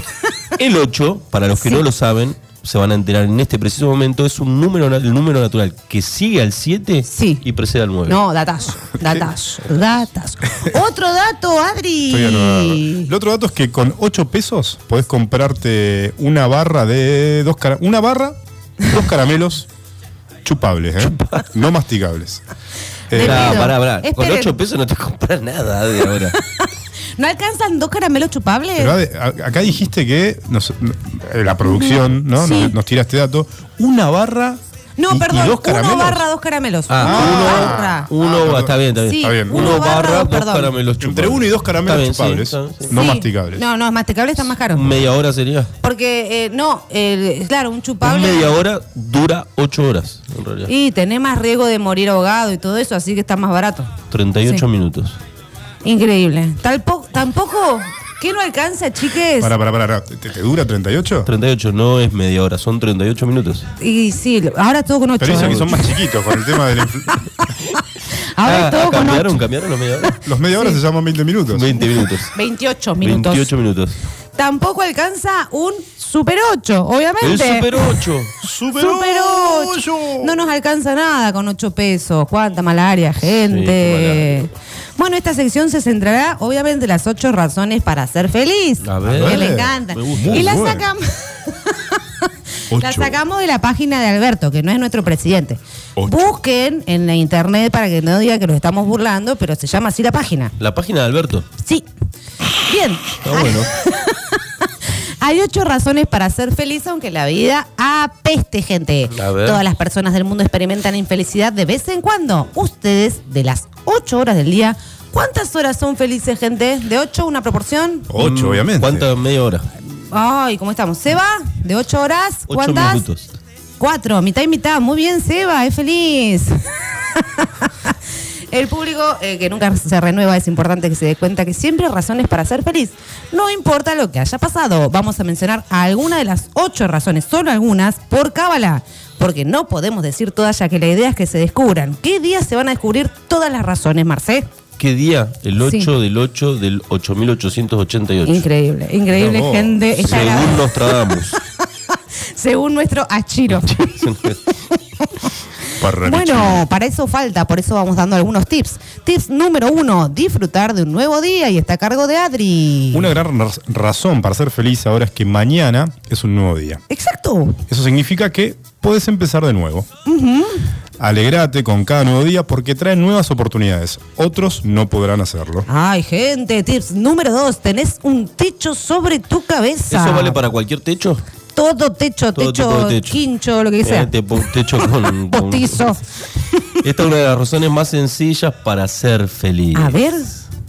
El 8, para los que Sí. no lo saben, se van a enterar en este preciso momento, es un número, na- el número natural que sigue al 7 Sí. y precede al 9. No, datazo, datazo, datazo. Otro dato, Estoy anonadado. Adri. El otro dato es que con 8 pesos podés comprarte una barra de dos cara- una barra, dos caramelos chupables, ¿eh? no mastigables. Eh, Te pido. pará, pará. Con Esperen. 8 pesos no te compras nada de ahora. ¿No alcanzan dos caramelos chupables? pero Ade, a- acá dijiste que nos- eh, la producción, ¿no? Sí. Nos, nos tira este dato, una barra y- no, y perdón, dos caramelos. uno barra dos caramelos. Ah. uno barra. Uno, Ah, perdón. está bien, está bien. Sí, está bien. Uno barra, dos perdón. caramelos chupables. Entre uno y dos caramelos Está bien, chupables, sí, está bien, no Sí. mastigables. No, no, masticables están más caros. sí. Media hora sería. Porque, eh, no, el- claro, un Un chupable. media hora dura 8 horas, en realidad. Y tenés más riesgo de morir ahogado y todo eso, así que está más barato. 38 Sí. minutos. Increíble. Tampoco, tampoco, ¿qué no alcanza, chiques? Para, para, para, ¿Te, te dura 38? 38 no es media hora, son 38 minutos. Y sí, ahora es todo con ocho. Pero dicen ¿eh? que son más chiquitos con el tema del infl- Ahora Ah, es todo ah, con cambiaron, ocho. cambiaron los media hora. Los media hora se llaman 20 minutos. 20 minutos. 28 minutos. 28 minutos. Tampoco alcanza un super 8, obviamente. El Super 8. ¡Super, Super 8. No nos alcanza nada con 8 pesos. Cuánta malaria, gente. bueno, esta sección se centrará, obviamente, en las 8 razones para ser feliz. A ver. Que le Eh, encantan. me gusta. Y Muy la bueno. sacamos. La sacamos de la página de Alberto, que no es nuestro presidente. Ocho. Busquen en la internet para que no diga que nos estamos burlando, pero se llama así la página. La página de Alberto. Sí. Bien. Está bueno. Hay ocho razones para ser feliz, aunque la vida apeste, gente. A ver. Todas las personas del mundo experimentan infelicidad de vez en cuando. Ustedes, de las ocho horas del día, ¿cuántas horas son felices, gente? ¿De ocho una proporción? 8, Mm, obviamente. ¿Cuánta media hora? Ay, ¿cómo estamos? ¿Seba? ¿De ocho horas? Ocho ¿Cuántas? minutos. Cuatro, mitad y mitad. Muy bien, Seba, es feliz. El público eh, que nunca se renueva es importante que se dé cuenta que siempre hay razones para ser feliz. No importa lo que haya pasado. Vamos a mencionar algunas de las ocho razones, solo algunas, por cábala. Porque no podemos decir todas, ya que la idea es que se descubran. ¿Qué día se van a descubrir todas las razones, Marcé? ¿Qué día? El 8 Sí. del 8 del 8888. Increíble, increíble, Mirá vos. gente. Está Según grabado. Nostradamus. según nuestro Achiro. Bueno, para eso falta, por eso vamos dando algunos tips. Tips número uno, disfrutar de un nuevo día y está a cargo de Adri. Una gran raz- razón para ser feliz ahora es que mañana es un nuevo día. Exacto. Eso significa que puedes empezar de nuevo. Alegrate con cada nuevo día porque trae nuevas oportunidades. Otros no podrán hacerlo. Ay, gente, tips número dos, tenés un techo sobre tu cabeza. ¿Eso vale para cualquier techo? todo techo, Todo tipo techo, de techo. quincho, lo que sea. Eh, te po- techo con, con- Postizo. Esta es una de las razones más sencillas para ser feliz. A ver.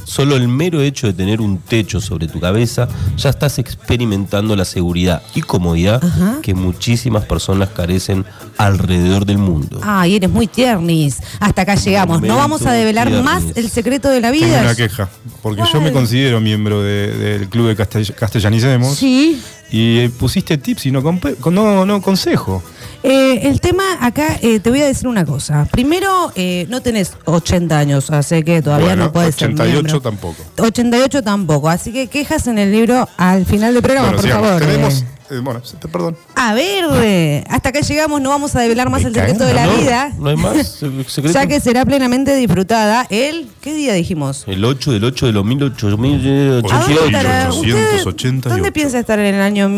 Solo el mero hecho de tener un techo sobre tu cabeza ya estás experimentando la seguridad y comodidad Ajá. que muchísimas personas carecen alrededor del mundo. Ay, eres muy tiernis. Hasta acá llegamos. No vamos a develar Tiernis. más el secreto de la Tengo vida. una queja, porque yo me ¿Cuál? considero miembro de- del club de Castell- Castellanicemos Sí. y eh, pusiste tips y no, compe- con- no, no consejo. Eh, el tema acá, eh, te voy a decir una cosa. Primero, eh, no tenés 80 años, así que todavía Bueno, no puedes 88 ser miembro. tampoco. 88 tampoco. Así que quejas en el libro al final del programa, Bueno, por sigamos. favor. Tenemos, eh. eh, bueno, se- perdón. A ver, eh, hasta acá llegamos, no vamos a develar más Me el secreto de la cagan, ¿no? vida, ¿No hay más se- secreto? ya que será plenamente disfrutada el... ¿Qué día dijimos? El 8 del 8 de los eh, Ah, ¿A dónde 1888. estará? ¿Usted 1888. ¿Dónde piensa estar en el año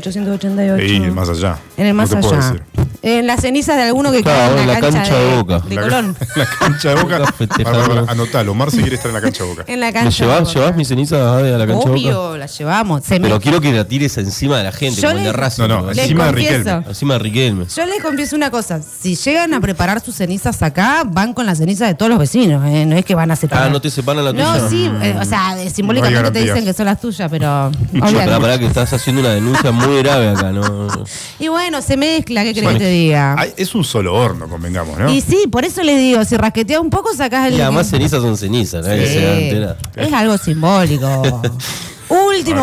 8888? Y más allá. En el No más te puedo allá. decir. En las cenizas de alguno que Claro, quedó en la cancha de de Boca. de La- Colón. la cancha de boca. Boca festejando. Bárbara, Bárbara, anotalo. Marce quiere estar en la cancha de boca. En la ¿Me cancha. de llevas, Boca. llevas mi ceniza Ade, a la cancha de Obvio, boca? la llevamos. Se me- Pero quiero que la tires encima de la gente, Yo como el le- de Racing. No, no, ¿verdad? les encima de confieso. Riquelme. Encima de Riquelme. Yo les confieso una cosa, si llegan a preparar sus cenizas acá, van con las cenizas de todos los vecinos, ¿eh? no es que van a separar. Ah, ¿no te separan la No, tuya? sí, eh, o sea, eh, simbólicamente te garantías. dicen que son las tuyas, pero... Pará, olvídate. pará, que estás haciendo una denuncia muy grave acá, ¿no? y bueno, se mezcla, ¿qué crees Bueno, que te diga? ay, es un solo horno, convengamos, ¿no? Ah. Y sí, por eso les digo, si rasqueteas un poco sacás el... Y además cenizas son cenizas, ¿no? Sí. Que se dan entera. Es algo simbólico. Último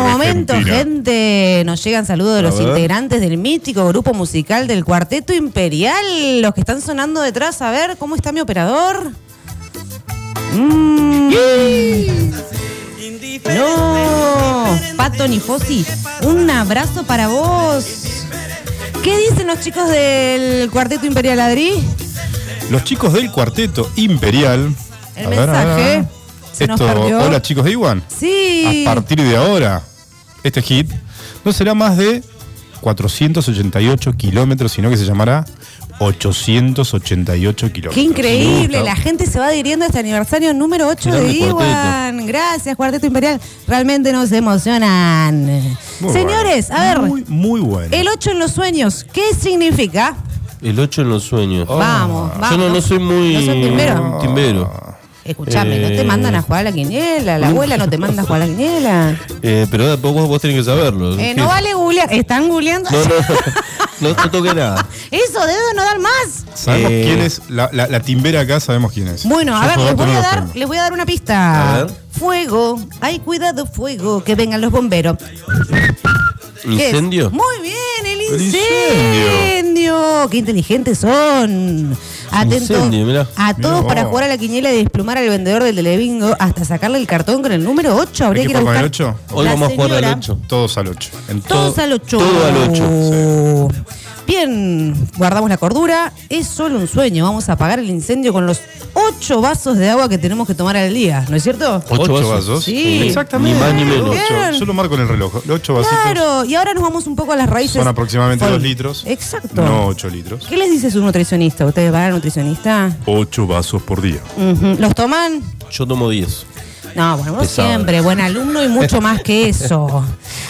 Argentina. momento, gente. Nos llegan saludos de los ver. integrantes del mítico grupo musical del Cuarteto Imperial. Los que están sonando detrás, a ver cómo está mi operador. Mm. No, Pato ni Fossi, un abrazo para vos. ¿Qué dicen los chicos del Cuarteto Imperial Adri? Los chicos del cuarteto imperial. El A ver, a ver, a mensaje ver. se nos Esto, perdió. hola chicos de Iwan. Sí. A partir de ahora, este hit no será más de 488 kilómetros, sino que se llamará 888 kilómetros. Qué increíble, gusta. la gente se va adhiriendo a este aniversario número 8 Mirá de mi cuarteto. Iwan. Gracias, Cuarteto Imperial. Realmente nos emocionan. Muy Señores, bueno. a ver, Muy, muy bueno. el 8 en los sueños, ¿qué significa? El 8 en los sueños. Oh. Vamos, vamos. Yo no, no soy muy. No soy timbero. timbero. Escuchame, no te Eh. mandan a jugar a la quiniela, la abuela no te manda a jugar a la quiniela. Eh, pero vos, vos tenés que saberlo. Eh, no vale googlear, están googleando. No, no, no, no toqué nada. Eso, dedos no dan más. Sabemos Eh, quién es, la, la- la timbera acá sabemos quién es. Bueno, a Yo ver, por otro les voy a, no lo dar, tengo. les voy a dar una pista. A ver. Fuego, ay, cuidado, fuego, que vengan los bomberos. ¿Qué es? ¿Incendio? Muy bien, el El incendio. Qué inteligentes son. Atentos Incendio, mirá. a todos Mirá para vos. jugar a la quiniela y desplumar al vendedor del telebingo hasta sacarle el cartón con el número 8. Habría ¿Hay que que ir a jugar buscar. con el ocho? Hoy La vamos a jugar señora- al 8. Todos al 8. Todos al 8. todo al Bien, guardamos la cordura. Es solo un sueño. Vamos a apagar el incendio con los 8 vasos de agua que tenemos que tomar al día, ¿no es cierto? 8 Ocho vasos. vasos. Sí. Exactamente. Ni más ni menos. Ocho. Bien. Yo lo marco en el reloj. Los 8 vasitos Claro, y ahora nos vamos un poco a las raíces. son aproximadamente Fol- 2 litros. Exacto. No 8 litros. ¿Qué les dice su nutricionista? ¿Ustedes van al nutricionista? 8 vasos por día. Ujú. ¿Los toman? Yo tomo 10. No, bueno, vos Pesado. siempre, buen alumno y mucho más que eso.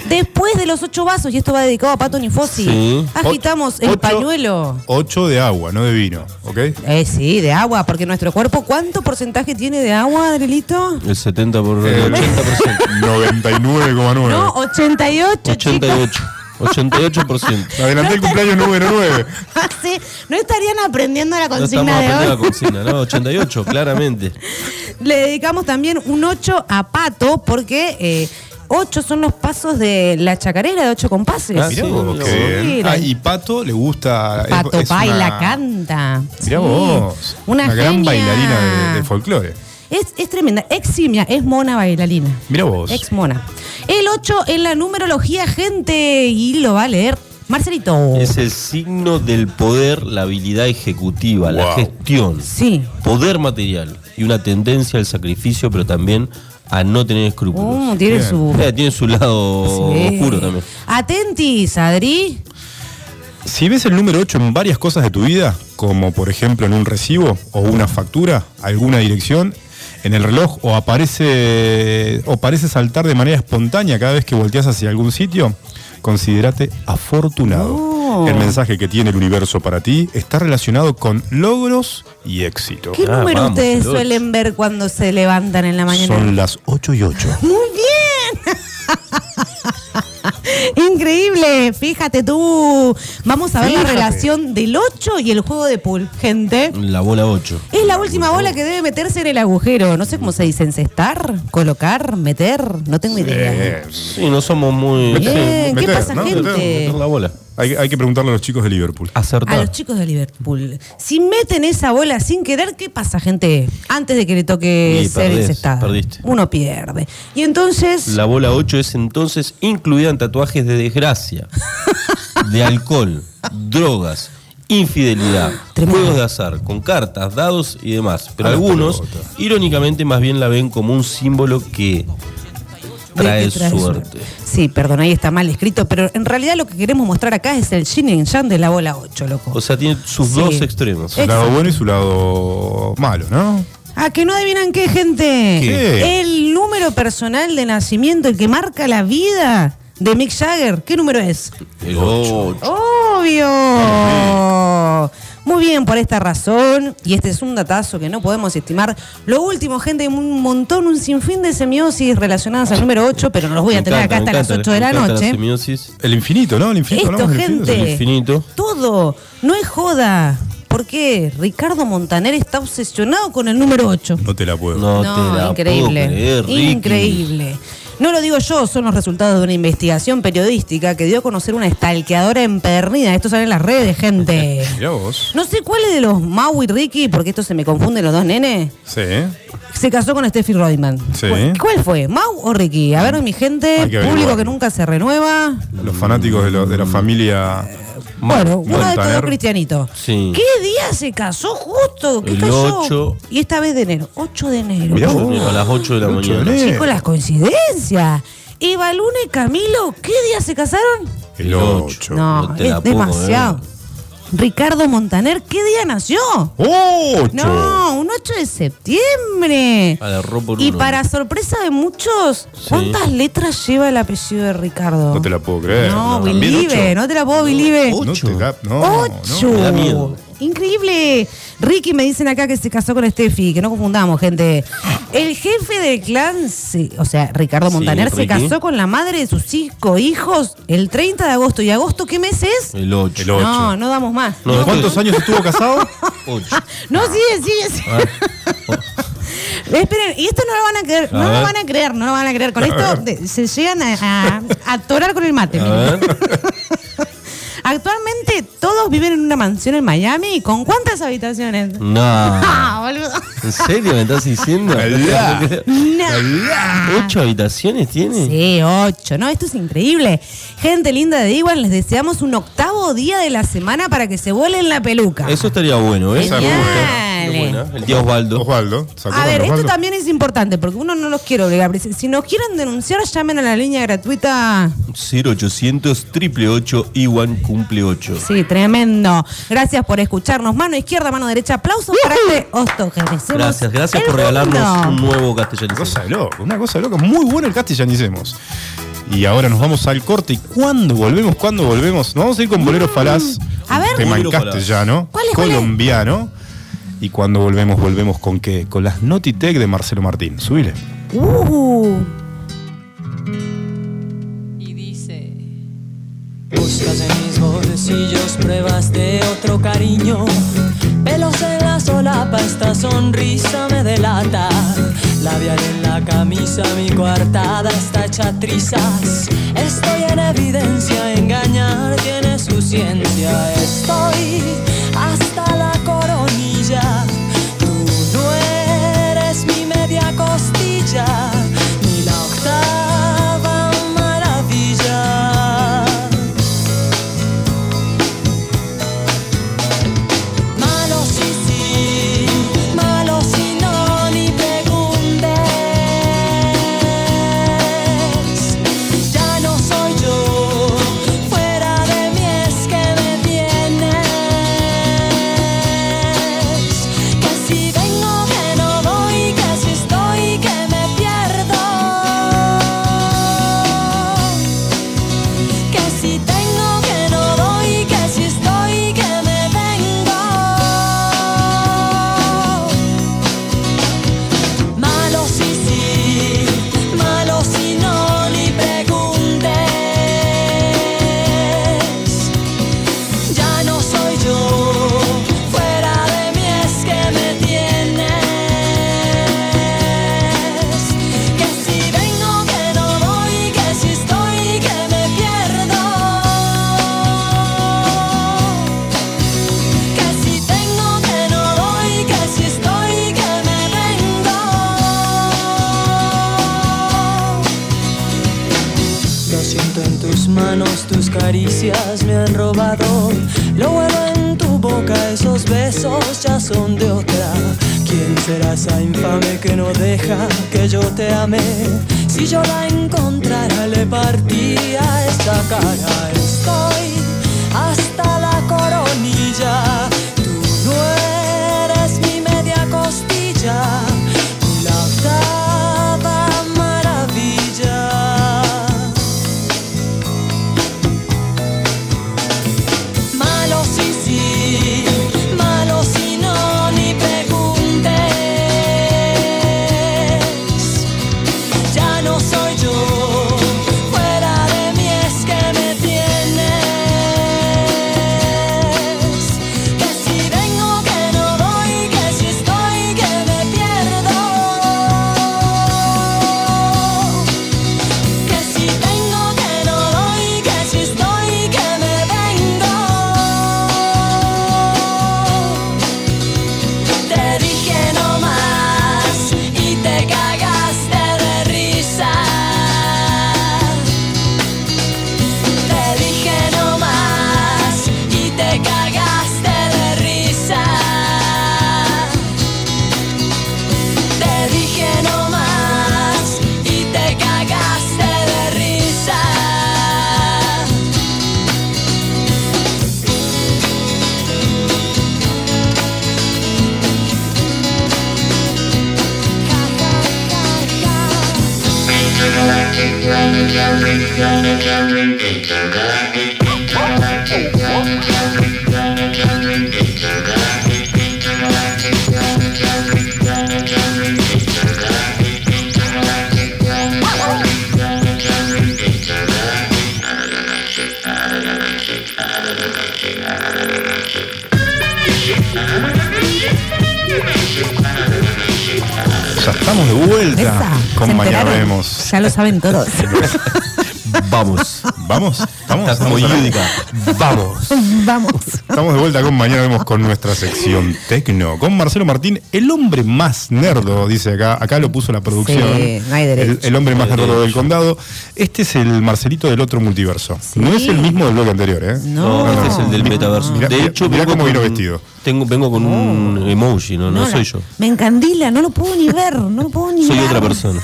Después de los ocho vasos, y esto va dedicado a Pato Nifossi, Sí. agitamos el Ocho- pañuelo. 8 de agua, no de vino. ¿Ok? Eh, sí, de agua, porque nuestro cuerpo, ¿cuánto porcentaje tiene de agua, Adrilito? El 70 por El el 80%. 99,9. No, Eh, 88, chicos. 88. 88%. Me Adelanté el cumpleaños número 9. Ah, Sí, no estarían aprendiendo la No estamos consigna de aprendiendo la hoy. cocina, ¿no? 88, claramente. Le dedicamos también un 8 a Pato, porque eh, 8 son los pasos de la chacarera de 8 compases. Ah, Mirá Sí, vos, lo qué voy a bien. ir. Ah, y Pato le gusta. es- Pato es baila, una- canta. Mirá Sí. vos. Una, gran genia. bailarina de, de folclore. Es, es tremenda. Eximia, es mona bailarina. Mira vos. Ex mona. El 8 en la numerología, gente, y lo va a leer Marcelito. Es el signo del poder, la habilidad ejecutiva, la Wow. gestión, Sí. poder material y una tendencia al sacrificio, pero también a no tener escrúpulos. Oh, tiene Bien. su. Eh, tiene su lado Sí. oscuro también. Atentis, Adri. Si ves el número 8 en varias cosas de tu vida, como por ejemplo en un recibo o una factura, alguna dirección, en el reloj o aparece o parece saltar de manera espontánea cada vez que volteas hacia algún sitio, considérate afortunado. Oh. El mensaje que tiene el universo para ti está relacionado con logros y éxito. ¿Qué Ah, número vamos, ustedes el ocho. suelen ver cuando se levantan en la mañana? Son las 8 y 8. Muy bien. Increíble, fíjate tú. Vamos a ver la relación del 8 y el juego de pool, gente. La bola 8. Es la última bola que debe meterse en el agujero. No sé cómo se dice, encestar, colocar, meter. No tengo idea. Sí, no somos muy. Bien, Eh, ¿qué meter, pasa, ¿no? gente? Meter la bola. Hay, hay que preguntarle a los chicos de Liverpool. A los Acertar. chicos de Liverpool, si meten esa bola sin querer, ¿qué pasa, gente? Antes de que le toque Y ser perdés, encestado. perdiste. Uno pierde. Y entonces, La bola 8 es entonces incluida en tatuajes de desgracia, de alcohol, drogas, infidelidad, Tremendo. juegos de azar, con cartas, dados y demás. Pero A la algunos, pelota. irónicamente, más bien la ven como un símbolo que de trae que trae suerte. Sí, perdón, ahí está mal escrito, pero en realidad lo que queremos mostrar acá es el yin y yang de la bola 8, loco. O sea, tiene sus Sí. dos extremos. Su Exacto. lado bueno y su lado malo, ¿no? ¿A Ah, que no adivinan qué, gente? ¿Qué? El número personal de nacimiento, el que marca la vida de Mick Jagger, ¿qué número es? El 8. Obvio. Muy bien, por esta razón, y este es un datazo que no podemos estimar. Lo último, gente, hay un montón, un sinfín de semiosis relacionadas al número 8, pero no los voy a tener acá hasta las 8 de la noche. El infinito, ¿no? El infinito, Esto, hablamos del infinito, gente. el infinito. Todo, no es joda. Porque Ricardo Montaner está obsesionado con el número 8. No te la puedo. No, te la increíble. puedo creer, Ricky. increíble. No lo digo yo, son los resultados de una investigación periodística que dio a conocer una estalqueadora empedernida. Esto sale en las redes, gente. Mirá vos. No sé cuál es de los Mau y Ricky, porque esto se me confunden los dos nenes. Sí. ¿eh? Se casó con Steffi Reutemann. Sí. ¿Cuál- ¿Cuál fue? ¿Mau o Ricky? A ver, mi gente, Hay que público averiguar. que nunca se renueva. Los fanáticos de, lo- de la familia. Bueno, uno de Montaner. todos cristianitos. Sí. ¿Qué día se casó justo? ¿Qué El cayó? 8. Y esta vez de enero. 8 de enero. Mirá vos. A las 8 de la Ocho de mañana. enero. Chicos, las coincidencias. Eva Luna y Camilo, ¿qué día se casaron? El ocho. 8. No, no te es la puedo demasiado. creer. Ricardo Montaner, ¿qué día nació? ¡Ocho! No, un 8 de septiembre. Agarró por Y uno. para sorpresa de muchos, Sí. ¿cuántas letras lleva el apellido de Ricardo? No te la puedo creer. No, También believe, ocho. no te la puedo believe. No Ocho. te la- no, ¡Ocho! no. me da miedo. Increíble. Ricky me dicen acá que se casó con Steffi, que no confundamos, gente. El jefe del clan, se- o sea, Ricardo Sí, Montaner, se Ricky. casó con la madre de sus cinco hijos el 30 de agosto. ¿Y agosto qué mes es? El 8. El ocho. No, no damos más. No, ¿Cuántos esto años estuvo casado? es ocho. No, sigue, sigue, sigue. Esperen, y esto no lo van a creer, A no lo ver. van a creer, no lo van a creer. Con esto de- se llegan a, a- a atorar con el mate. A ver. Actualmente todos viven en una mansión en Miami. ¿Con cuántas habitaciones? No. Ah, boludo. ¿En serio me estás diciendo? Calá. No. ¿Ocho habitaciones tiene? Sí, ocho. No, esto es increíble. Gente linda de Iguan, les deseamos un octavo día de la semana para que se vuelen la peluca. Eso estaría bueno, ¿eh? Esa Me gusta. Genial. eh. Qué buena. El día Osvaldo. Osvaldo. ¿se A acuerdan ver, de esto Osvaldo? también es importante porque uno no los quiere obligar. pero si- Si nos quieren denunciar, llamen a la línea gratuita. 0800 888 Iwan cumple 8. Sí, tremendo. Gracias por escucharnos. Mano izquierda, mano derecha. Aplausos para este hosto que merecemos Gracias, gracias el por regalarnos mundo. un nuevo Una castellano. cosa de loco, una cosa de loco. Muy bueno el castellanicemos. Y ahora nos vamos al corte. ¿Y cuándo volvemos? ¿Cuándo volvemos? Nos vamos a ir con Bolero Falaz. Mm. A ver. Tema en Bolero Falaz. castellano. ¿Cuál es, cuál es? colombiano. Y cuando volvemos, volvemos con qué? Con las Notitec de Marcelo Martín. Subile. Uh. Y dice: Buscas en mis bolsillos pruebas de otro cariño. Pelos en la solapa, esta sonrisa me delata. Labial en la camisa, mi coartada está hecha trizas. Estoy en evidencia, engañar tiene su ciencia. Estoy hasta la coronilla. Tú no eres mi mejor manos, tus caricias me han robado. Lo bueno en tu boca, esos besos ya son de otra. ¿Quién será esa infame que no deja que yo te ame? Si yo la encontrara, le partía esta cara. Estoy hasta la coronilla. Tú no eres mi media costilla. La octava maravilla. Malo si sí, malo si no, ni preguntes. Ya no soy yo, fuera de mí es que me tienes. Que si vengo, que no voy, que si estoy, que me pierdo. Que si tengo que no doy, que si estoy que me vengo. Te dije no más y te cagaste de risa. Te dije no más y te cagaste de risa. Te dije no más y te cagaste de risa. Ja, ja, ja, ja. Ya estamos de vuelta Esa, ¿se con Mañana enteraron? Vemos. Ya lo saben todos. Vamos. Vamos, estamos, Está como estamos, Yudica. Vamos. Vamos. estamos de vuelta con Mañana Vemos con nuestra sección Tecno. Con Marcelo Martín, el hombre más nerdo, dice acá. Acá lo puso la producción. Sí, no hay derecho. el, el hombre más nerdo del condado. Este es el Marcelito del otro multiverso. No es el mismo del bloque anterior, ¿eh? No, No, este es el del metaverso. Mirá- de mirá- hecho, mirá cómo vino con- vestido. Tengo, vengo con un emoji, no, no, soy Oh. la- yo. Me encandila, no lo puedo ni ver, no lo puedo ni Soy ver. otra persona.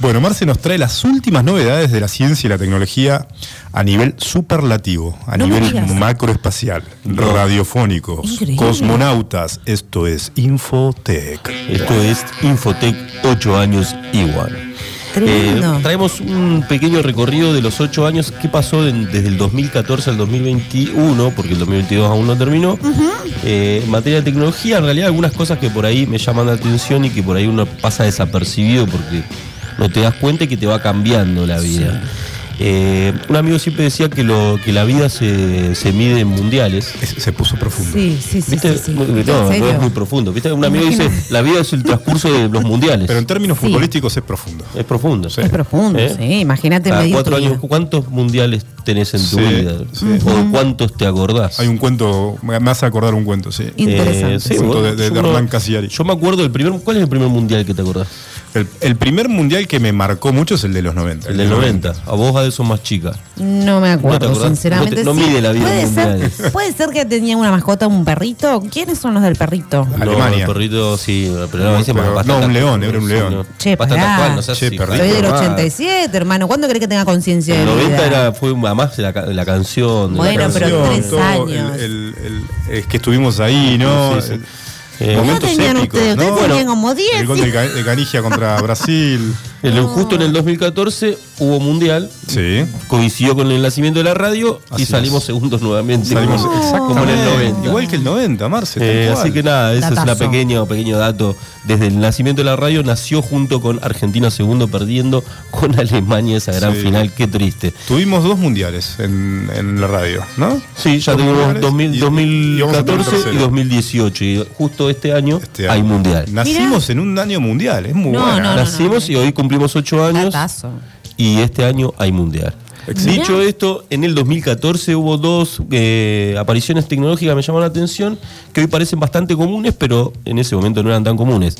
Bueno, Marce nos trae las últimas novedades de la ciencia y la tecnología a nivel superlativo, a No me nivel digas. macroespacial, radiofónicos, Increíble. cosmonautas. Esto es Infotech. Esto es Infotec 8 años igual. Eh, Tremendo. traemos un pequeño recorrido de los 8 años. ¿Qué pasó de- desde el 2014 al 2021? Porque el 2022 aún no terminó. Eh, en materia de tecnología, en realidad algunas cosas que por ahí me llaman la atención y que por ahí uno pasa desapercibido porque no te das cuenta y que te va cambiando la vida. Eh, un amigo siempre decía que, lo, que la vida se, se mide en mundiales. Es- se puso profundo. Sí, sí, sí. ¿Viste? sí, sí. No, ¿En no serio? es muy profundo. ¿Viste? Un amigo dice, Imagínate. la vida es el transcurso de los mundiales. Pero en términos Sí. futbolísticos es profundo. es profundo. Sí. Es profundo, ¿Eh? sí. Imagínate Cada medir cuatro tu años, vida. ¿cuántos mundiales tenés en tu Sí, vida? sí. ¿O cuántos te acordás? Eh, Hay un cuento, me me hace acordar un cuento, sí. Y- Interesante. Un cuento de- de yo Hernán no- Cassiari. Yo me acuerdo del primer. ¿Cuál es el primer mundial que te acordás? El, el primer mundial que me marcó mucho es el de los 90. El del 90. A vos, a eso más chica. No me acuerdo, No te acordás, no te- sinceramente. no sí. mide la vida ¿Puede en ser, mundiales. puede ser que tenía una mascota, un perrito. ¿Quiénes son los del perrito? Alemania. No, el perrito, sí. Pero No, a veces pero- más- no, bastante un león, actual, era un sí, león. no. Che, Bastante pará. actual, no seas Che, así, perdí. Soy Ay, del pará. 87, hermano. ¿Cuándo crees que tenga conciencia de El mi 90 vida? era, fue más la, ca- la canción. de la Bueno, pero canción. tres todo años. El, el- el- es que estuvimos ahí, ¿no? Ah, Sí, sí. Eh, ¿Qué Momentos tenían épicos, ustedes? ¿no? Ustedes tenían como 10. El gol de, Ca- de Canigia contra Brasil. El- Ah. justo en el 2014 hubo mundial, Sí. coincidió con el nacimiento de la radio Así y es. salimos segundos nuevamente. Salimos Oh. como- exactamente. como en el 90. Igual que el 90, Marce. tal Eh, cual. así que nada, ese es Datazo. un pequeño, pequeño dato. Desde el nacimiento de la radio nació junto con Argentina segundo perdiendo con Alemania esa gran Sí. final. Qué triste. Tuvimos dos mundiales en, en la radio, ¿no? Sí, ya Dos tuvimos mundiales 2000, y- y vamos a tener un 2014 y, tercero. 2018. Y justo este año, Este hay año. mundial. Nacimos en un año mundial, es muy No, buena. no, no. Nacimos y hoy cumplimos ocho años Datazo. y este año hay mundial. Excelente. Dicho esto, en el 2014 hubo dos eh, apariciones tecnológicas que me llamaron la atención, que hoy parecen bastante comunes, pero en ese momento no eran tan comunes.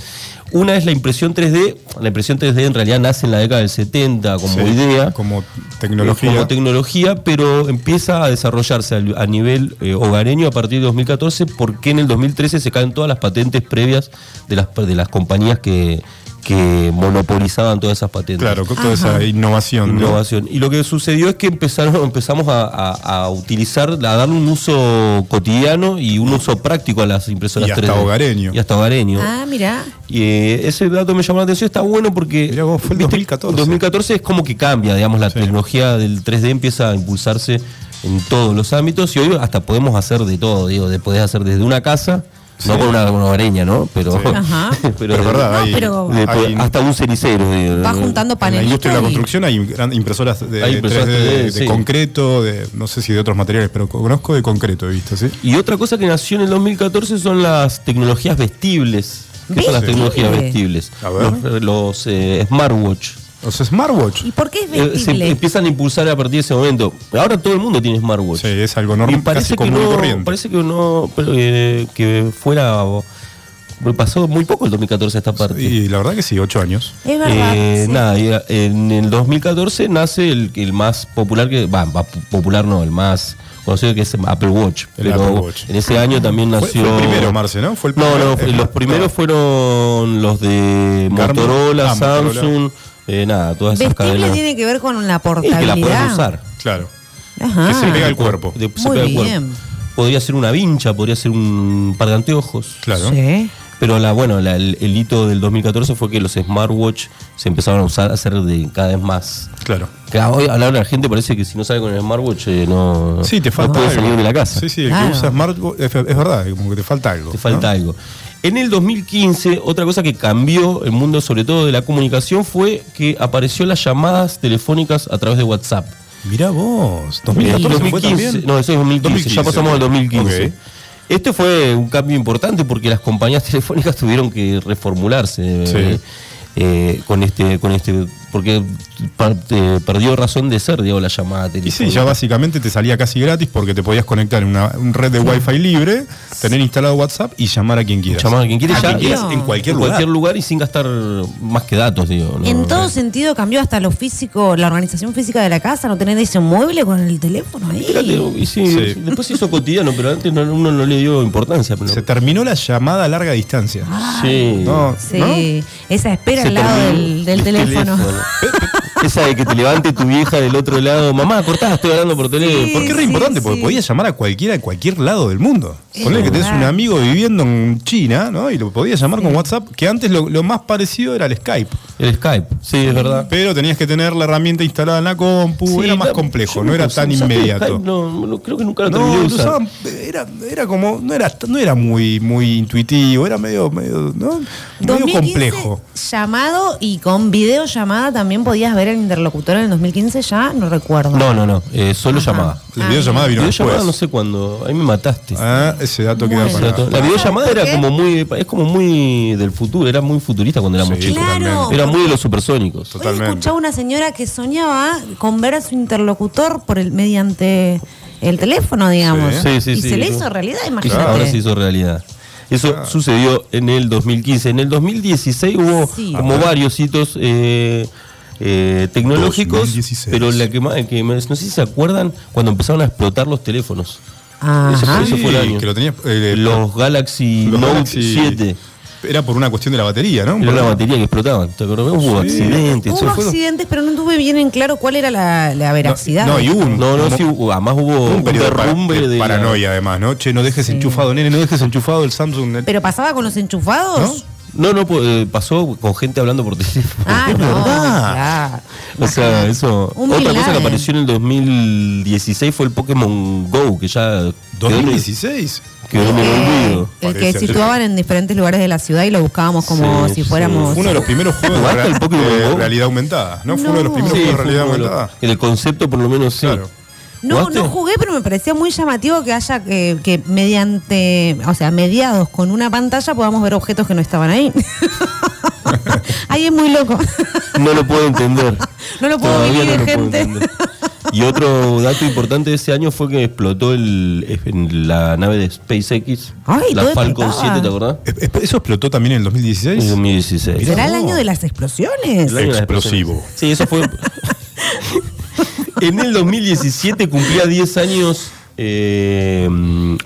Una es la impresión 3D. La impresión 3D en realidad nace en la década del 70 como Sí, idea. Como Eh, tecnología. Como tecnología, pero empieza a desarrollarse al- a nivel eh, hogareño a partir de 2014, porque en el 2013 se caen todas las patentes previas de las, de las compañías que, que monopolizaban todas esas patentes. claro, con toda Ajá. esa innovación. ¿no? Innovación. Y lo que sucedió es que empezaron, empezamos a, a- a utilizar, a darle un uso cotidiano y un uso práctico a las impresoras Y hasta 3D. hogareño. Y hasta hogareño. Ah, mirá. Y eh, ese dato me llamó la atención, está bueno porque. Mirá vos, fue el ¿viste? 2014. 2014 es como que cambia, digamos, la Sí. tecnología del 3D empieza a impulsarse en todos los ámbitos y hoy hasta podemos hacer de todo, digo, de podés hacer desde una casa, Sí. no con una con una hogareña, ¿no? Pero. Ajá. Pero es verdad, No, hay- pero- de- hay- hasta un cenicero. digo, Va ¿no? juntando en la panelitos. industria de la y- construcción hay gran- impresoras de, Hay impresoras 3D, de, 3D, sí. concreto, de no sé si de otros materiales, pero conozco de concreto, he visto, ¿sí? Y otra cosa que nació en el 2014 son las tecnologías vestibles. ¿Qué son las ¿Vestibles? tecnologías vestibles? A ver. Los, los, eh, smartwatch. O sea, smartwatch. ¿Y por qué es Eh, se vestible? empiezan a impulsar a partir de ese momento. Ahora todo el mundo tiene smartwatch. Sí, es algo normal, Y casi parece que común y no- corriente. Parece que no, pero, eh, que fuera... Pasó muy poco el 2014 a esta parte. Y la verdad que sí, ocho años. es verdad. Eh, sí. Nada, y, eh, en el 2014 nace el, el más popular, que va, va, popular no, el más conocido que es Apple Watch. El pero Apple Watch. en ese año también Fue- nació... fue el primero, Marce, ¿no? Fue el no, primero, no, el- los primeros fueron los de Garmin. Motorola, Ah, Motorola. Samsung, eh, nada, todas esas Vestible cadenas. tiene que ver con la Y que la puedes portabilidad. usar. Claro. Ajá. Que se pega al cuerpo. De- se Muy pega al cuerpo. bien. Podría ser una vincha, podría ser un par de anteojos. Claro. Sí. Pero la, bueno, la- el, el hito del 2014 fue que los smartwatch se empezaron a usar, a hacer de cada vez más. Claro. Que hoy a la hora la gente parece que si no sale con el smartwatch eh, no, Sí, te no falta puede algo. salir de la casa. Sí, sí, el Claro. que usa smartwatch, es, es verdad, como que te falta algo. Te ¿no? falta algo. En el 2015, otra cosa que cambió el mundo, sobre todo de la comunicación, fue que apareció las llamadas telefónicas a través de WhatsApp. Mirá vos, 2014 fue 2015, también. No, eso es 2015, ya 2015, pasamos al 2015. ok. Este fue un cambio importante porque las compañías telefónicas tuvieron que reformularse Sí. eh, eh, con este, con este, porque par- eh, perdió razón de ser, digo, la llamada Y telefónica. sí, ya básicamente te salía casi gratis porque te podías conectar en una un red de Wi-Fi libre, tener instalado WhatsApp y llamar a quien quieras. Llamar a quien quiere Ah, ya quien es- quiera, en cualquier lugar. y sin gastar más que datos, digo. ¿no? En todo sentido cambió hasta lo físico, la organización física de la casa, no tener ese mueble con el teléfono ahí. Eh, Fíjate, y sí, Sí. después se hizo cotidiano, pero antes no- uno no le dio importancia. pero- Se terminó la llamada a larga distancia. sí. No, Sí, ¿no? esa espera Se al lado terminó del, del el teléfono. Esa de que te levante tu vieja del otro lado. Mamá, cortá, estoy hablando por teléfono. Sí. Porque es re importante, porque sí. podías llamar a cualquiera de cualquier lado del mundo. Es Ponle que tenés verdad. un amigo viviendo en China, ¿no? Y lo podías llamar con WhatsApp, que antes lo, lo más parecido era el Skype. El Skype, sí, es verdad. Pero tenías que tener la herramienta instalada en la compu, Sí, Uh, era más la- yo complejo, no nunca era usé- tan ¿usaste el Skype? inmediato. No, no, creo que nunca lo terminé No, de lo usar. usaban- era, era como, no era, no era muy, muy intuitivo, era medio, medio, ¿no? medio 2015 complejo. Llamado y con videollamada también podías ver al interlocutor en el 2015, ya no recuerdo. No, no, no, eh, solo llamada. Ah, La videollamada vino Videollamada después. no sé cuándo, ahí me mataste. Ah, ese dato queda Bueno. Ese para. dato- La videollamada ¿Por era qué? como muy, es como muy del futuro, era muy futurista cuando éramos Sí, chicos. Claro. Era muy de los supersónicos. Hoy Totalmente. escuchaba una señora que soñaba con ver a su interlocutor por el mediante el teléfono, digamos. ¿Eh? Sí, sí, y sí, se le sí. hizo realidad, Y imagínate. Ahora se hizo realidad. Eso Ah. sucedió en el 2015. En el 2016 hubo Sí. como Ah. varios hitos eh, eh, tecnológicos, 2016. pero la que, más, que más- no sé si se acuerdan cuando empezaron a explotar los teléfonos. Ajá. Eso fue el año. que lo tenías, eh, los Galaxy los Note Galaxy- 7. Era por una cuestión de la batería, ¿no? Era la batería que explotaban. ¿Te acordás? Hubo accidentes. Hubo eso fue- accidentes, pero no tuve bien en claro cuál era la, la veracidad. No, y hubo un, No, no, sí, hubo- además hubo un un periodo de, par- derrumbe de de la- paranoia, además, ¿no? Che, no dejes enchufado, nene, no dejes enchufado el Samsung. el- ¿Pero pasaba con los enchufados? No, no, po- eh, pasó con gente hablando por teléfono. Ah, no. verdad. claro. O sea, eso. Un Otra Bin cosa que Laden. apareció en el 2016 fue el Pokémon Go, que ya quedó en el- 2016. quedó en el olvido. El que Parece. situaban en diferentes lugares de la ciudad y lo buscábamos como Sí, si sí. fuéramos. Fue uno de los primeros juegos de, ¿Jugaste al Pokémon de Go? realidad aumentada, ¿no? Fue uno de los No. primeros Sí, juegos de fue realidad uno de los- aumentada. en el concepto, por lo menos, sí. Claro. No, ¿Jugaste? no jugué, pero me parecía muy llamativo que haya que, que mediante, o sea, mediados con una pantalla podamos ver objetos que no estaban ahí. ahí es muy loco. No lo puedo entender. No lo puedo Todavía vivir, no lo puedo gente. entender. Y otro dato importante de ese año fue que explotó el, en la nave de SpaceX, Ay, la todo Falcon explotaba. 7, ¿te acordás? ¿Es- es- ¿Eso explotó también en el 2016? En 2016. ¿Será el año de las explosiones? El año de las Explosivo. explosiones. Sí, eso fue. en el 2017 cumplía 10 años eh,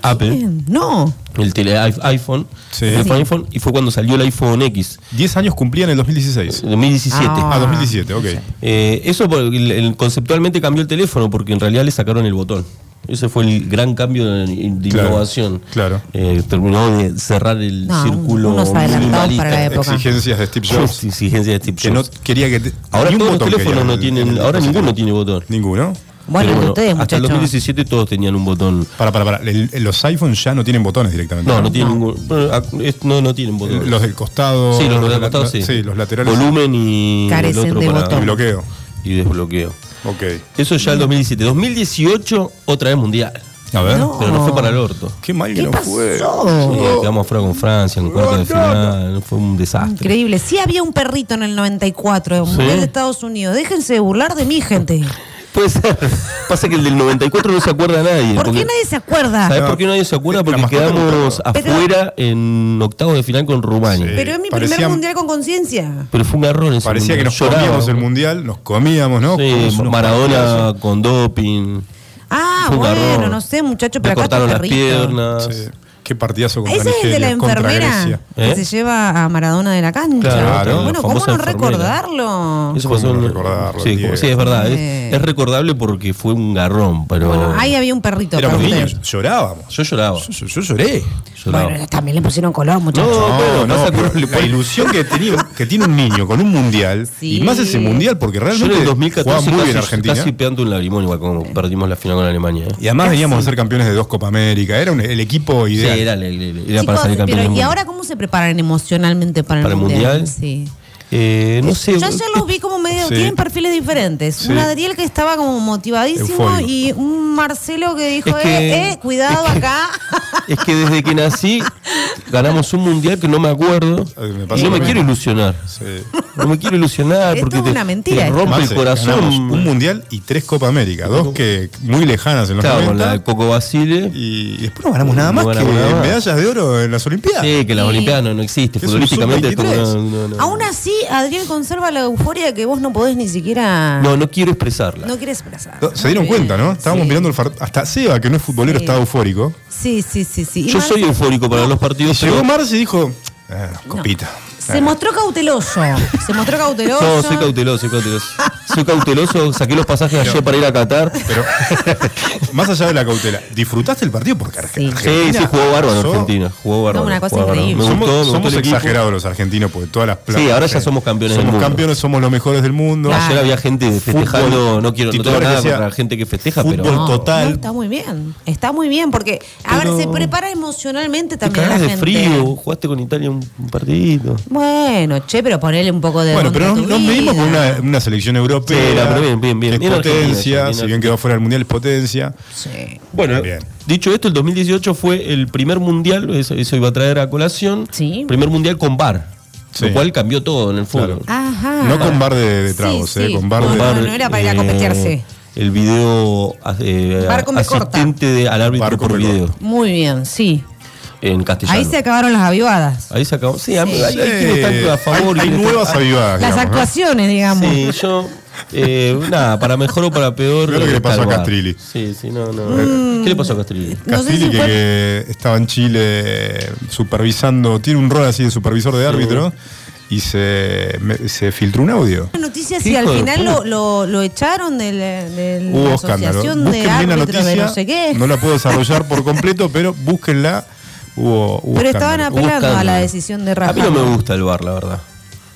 Apple, No. el tele iP- iPhone, Sí. el teléfono iPhone, y fue cuando salió el iPhone X, 10 años cumplía en el 2016. en 2017. Ah, 2017, ok. Eh, eso por- el- el- conceptualmente cambió el teléfono porque en realidad le sacaron el botón. Ese fue el gran cambio de, de Claro, innovación. claro. Eh, terminó de cerrar el No, círculo. unos adelantados minimalista. para la época. Exigencias de Steve Jobs. Exigencia de Steve Que no Jobs. quería que. te- Ahora ni un todos los botón teléfonos quería no en- tienen, en el ahora dispositivo. ninguno tiene botón. ¿Ninguno? Bueno, Pero entre ustedes, hasta el muchachos. 2017 todos tenían un botón. Para, para, para. El- los iPhones ya no tienen botones directamente. No, no tienen ningún. bueno, ac- es- No, no tienen botón. Eh, Los del costado. sí, los, del la- costado, la- sí. los laterales. Volumen y. Carecen el otro de para- Y botón. bloqueo. Y desbloqueo. Ok. Eso ya el 2017. 2018, otra vez mundial. A ver. No. Pero no fue para el orto. Qué mal que ¿Qué no fue. pasó? Sí, quedamos afuera con Francia en cuarto de final. Fue un desastre. Increíble. Sí había un perrito en el 94, un Sí. Mundial de Estados Unidos. Déjense de burlar de mi gente. Puede ser. Pasa que el del 94 no se acuerda a nadie. ¿Por qué porque- nadie se acuerda? ¿Sabés por qué nadie se acuerda? La Porque mascota quedamos Pero- afuera en octavos de final con Rumania. Sí. Pero es mi Parecía- primer Mundial con conciencia. Pero fue un garrón ese Parecía mundial. que nos Lloraba. comíamos el mundial, nos comíamos, ¿no? Comimos Sí, unos Maradona con doping. Ah, Fue un bueno, garrón. no sé, muchacho, Le pero acá está cortaron el las perrito. piernas. Sí. Qué partidazo contra Ese es el de la Nigeria, contra enfermera Grecia. ¿Eh? que se lleva a Maradona de la cancha. Claro, bueno, la ¿cómo famosa no enfermera. recordarlo? Eso ¿Cómo pasó no en- recordarlo, Sí, Diego? sí, es verdad. Es, Eh. es recordable porque fue un garrón, pero. Bueno, ahí había un perrito. Éramos para niños, usted. llorábamos. Yo lloraba. Yo, yo- yo lloré. lloraba. Bueno, también le pusieron color, No, muchachos. bueno, pasa que pero uno le la pone- ilusión que, tenía- que tiene un niño con un mundial, Sí. y más ese mundial, porque Yo en realmente el jugaba 2014 muy bien casi, Argentina. casi pegando un lagrimón igual como perdimos la final con Alemania. ¿eh? Y además veníamos a ser campeones de dos Copa América. Era un- el equipo Sí, ideal. era, era- era Chicos, para salir campeón. pero ¿y ahora cómo se preparan emocionalmente para el ¿Para el mundial? Mundial? Sí. Eh, no sé. Yo ayer los vi como medio, Sí. tienen perfiles diferentes. Sí. Un Adriel que estaba como motivadísimo Eufórico. y un Marcelo que dijo, Es que- eh, eh, cuidado es que- acá. Es que desde que nací ganamos un mundial que no me acuerdo. Ay, Eh, me y pasa no lo me mismo. quiero ilusionar. Sí. No me quiero ilusionar Es porque toda te, una mentira te esto. rompe Además, el eh, ganamos corazón. Un mundial y tres Copa América. Dos que muy lejanas en los Claro, con la 90, de Coco Basile. Y después no ganamos nada No más que ganamos nada más. medallas de oro en las Olimpiadas. Sí, que la Olimpiada no, no existe. Es un Futbolísticamente esto sub-23. no, no, no. Aún así, Adriel conserva la euforia que vos no podés ni siquiera... No, no quiero expresarla. no quieres abrazar. No, Se dieron Muy bien. cuenta, ¿no? Estábamos Sí. mirando el far- Hasta Seba, que no es futbolero, Sí. estaba eufórico. Sí, sí, sí, sí. Y Yo Mar- soy eufórico para los partidos. Llegó pero- Marce y dijo, "Ah, no. copita. Se mostró cauteloso. Se mostró cauteloso. No, soy cauteloso, soy cauteloso. Soy cauteloso, saqué los pasajes ayer para ir a Qatar. Pero más allá de la cautela, ¿disfrutaste el partido? Porque Arge- Sí, Sí. Argentina sí, jugó bárbaro pasó- Argentina. Jugó bárbaro. No, una cosa jugó bárbaro. increíble. Me somos gustó, me gustó somos el equipo. exagerados los argentinos, porque todas las Sí, ahora ya somos campeones del Somos mundo. campeones, somos los mejores del mundo. Claro. Ayer había gente festejando, no quiero no tengo titulares que nada decía, contra la gente que festeja, pero fútbol Ah, No, total. no, está muy bien. Está muy bien porque, a Pero- ver, se prepara emocionalmente te también la cagás de gente. frío, jugaste con Italia un un partidito. Bueno, che, pero ponele un poco de. Bueno, pero onda nos, a tu nos medimos con vida. una, una selección europea. Sí, no, pero bien, bien, bien. que es Bien Argentina, potencia, Argentina. si bien quedó fuera del mundial, es potencia. Sí. Bueno, Bien. dicho esto, el 2018 fue el primer mundial, eso, eso iba a traer a colación, Sí. primer mundial con bar, Sí. lo cual cambió todo en el fútbol. Ajá. No con bar de, de tragos, Sí, eh, sí. con bar No, de. Eh, no, Ah, no, era para ir a copetearse. eh, El video eh, Bar come corta. asistente de, al árbitro Bar por come video Muy bien, sí. en castellano. Ahí se acabaron las avivadas. Ahí se acabó. Sí, a mí- hay, hay Sí, quienes están a favor. y hay, hay quienes están- nuevas avivadas. Las Ah, digamos, ¿no? actuaciones, digamos. Sí, yo. eh, nada, para mejor o para peor. Mirá lo que eh, le pasó a calvar. Castrilli. Sí, sí, no, no. Mm. ¿Qué le pasó a Castrilli? No sé Castilli, si que, fue- que estaba en Chile eh, supervisando, tiene un rol así de supervisor de árbitro, y se, me- se filtró un audio. Una noticia Qué si al hijo de final puta. lo, lo, lo echaron del- de la Hubo escándalo. asociación de Busquen bien la árbitros de noticia, no sé qué. no la puedo desarrollar por completo, pero búsquenla. Hubo, hubo pero estaban escándalo. Hubo apelando a la escándalo. decisión de A Rafa. mí no me gusta el bar, la verdad.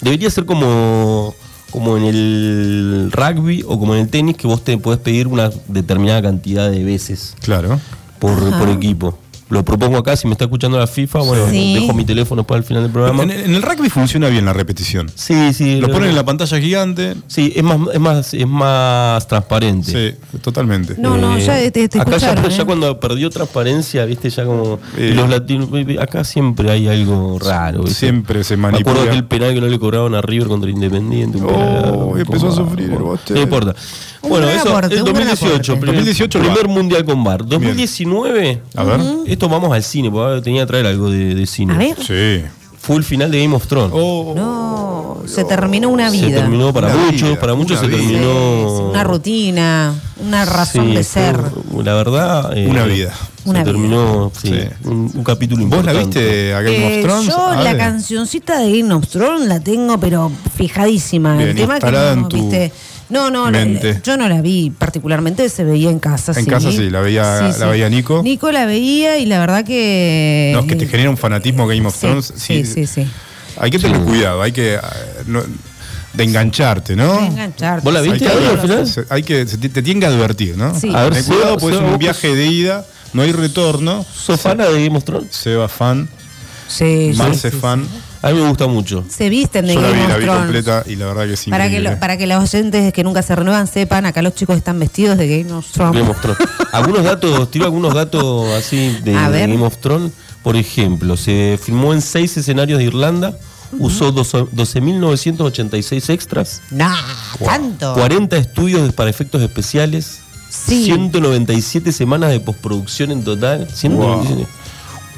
Debería ser como, como en el rugby o como en el tenis, que vos te podés pedir una determinada cantidad de veces Claro. por, por equipo. Lo propongo acá, si me está escuchando la FIFA, bueno, Sí. dejo mi teléfono para el final del programa. En, en el rugby funciona bien la repetición. Sí, sí. Lo ponen en la pantalla gigante. Sí, es más, es más, es más transparente. Sí, totalmente. No, no, Eh, ya te, te acá ya, escucharon. ya ¿eh? cuando perdió transparencia, viste, ya como. Eh. y los latinos. Acá siempre hay algo raro. ¿viste? Siempre se Me manipula. acuerdo aquel penal que no le cobraron a River contra Independiente. un Oh, penal, empezó a con VAR, sufrir el bueno. bote. No importa. Un bueno, gran eso aporte, el un gran 2018. aporte. Primer, 2018 primer lo- mundial con VAR. 2019. A ver. Esto vamos al cine, porque ahora tenía que traer algo de, de cine. A ver. Sí. Fue el final de Game of Thrones. Oh, No, se terminó una se vida. terminó para Una muchos, vida, para muchos una se vida. Sí, terminó. Una rutina, una razón Sí, fue- de ser. La verdad. eh, Una vida. Se Una vida. terminó sí, Sí. Un, un capítulo ¿Vos la importante. viste a Game Eh, of Thrones? Ah, yo la Ale? cancioncita de Game of Thrones la tengo pero fijadísima. Bien, el tema que instalada no, en tu viste. No, no, la- mente. yo no la vi particularmente, se veía en casa. En casa sí, la veía- la veía Nico. Nico la veía y la verdad que... No, es que te genera un fanatismo Game of Sí, Thrones. Sí, sí, sí. Hay que tener cuidado, hay que. eh, no- de engancharte, ¿no? De engancharte. ¿Vos la Hay viste que, ahí al adver- final? se- hay que- se- te, te tienen que advertir, ¿no? Sí. A ver, Ten Seba, cuidado, porque es Seba, un vos viaje de ida, no hay retorno. ¿Sos fana de Game of Thrones? Seba fan, Sí, sí, Marce sí, sí. fan. A mí me gusta mucho. Se visten de Yo la Game vi, of la vi Thrones. completa y la verdad que sí. Para que, lo- para que los oyentes que nunca se renuevan sepan, acá los chicos están vestidos de Game of Thrones. Game of Thrones. Algunos datos, tiro algunos datos así de, A ver. Game of Thrones. Por ejemplo, se filmó en seis escenarios de Irlanda, usó 12 12.986 extras, Nah, tanto. 40 estudios para efectos especiales, Sí. 197 semanas de postproducción en total. 197.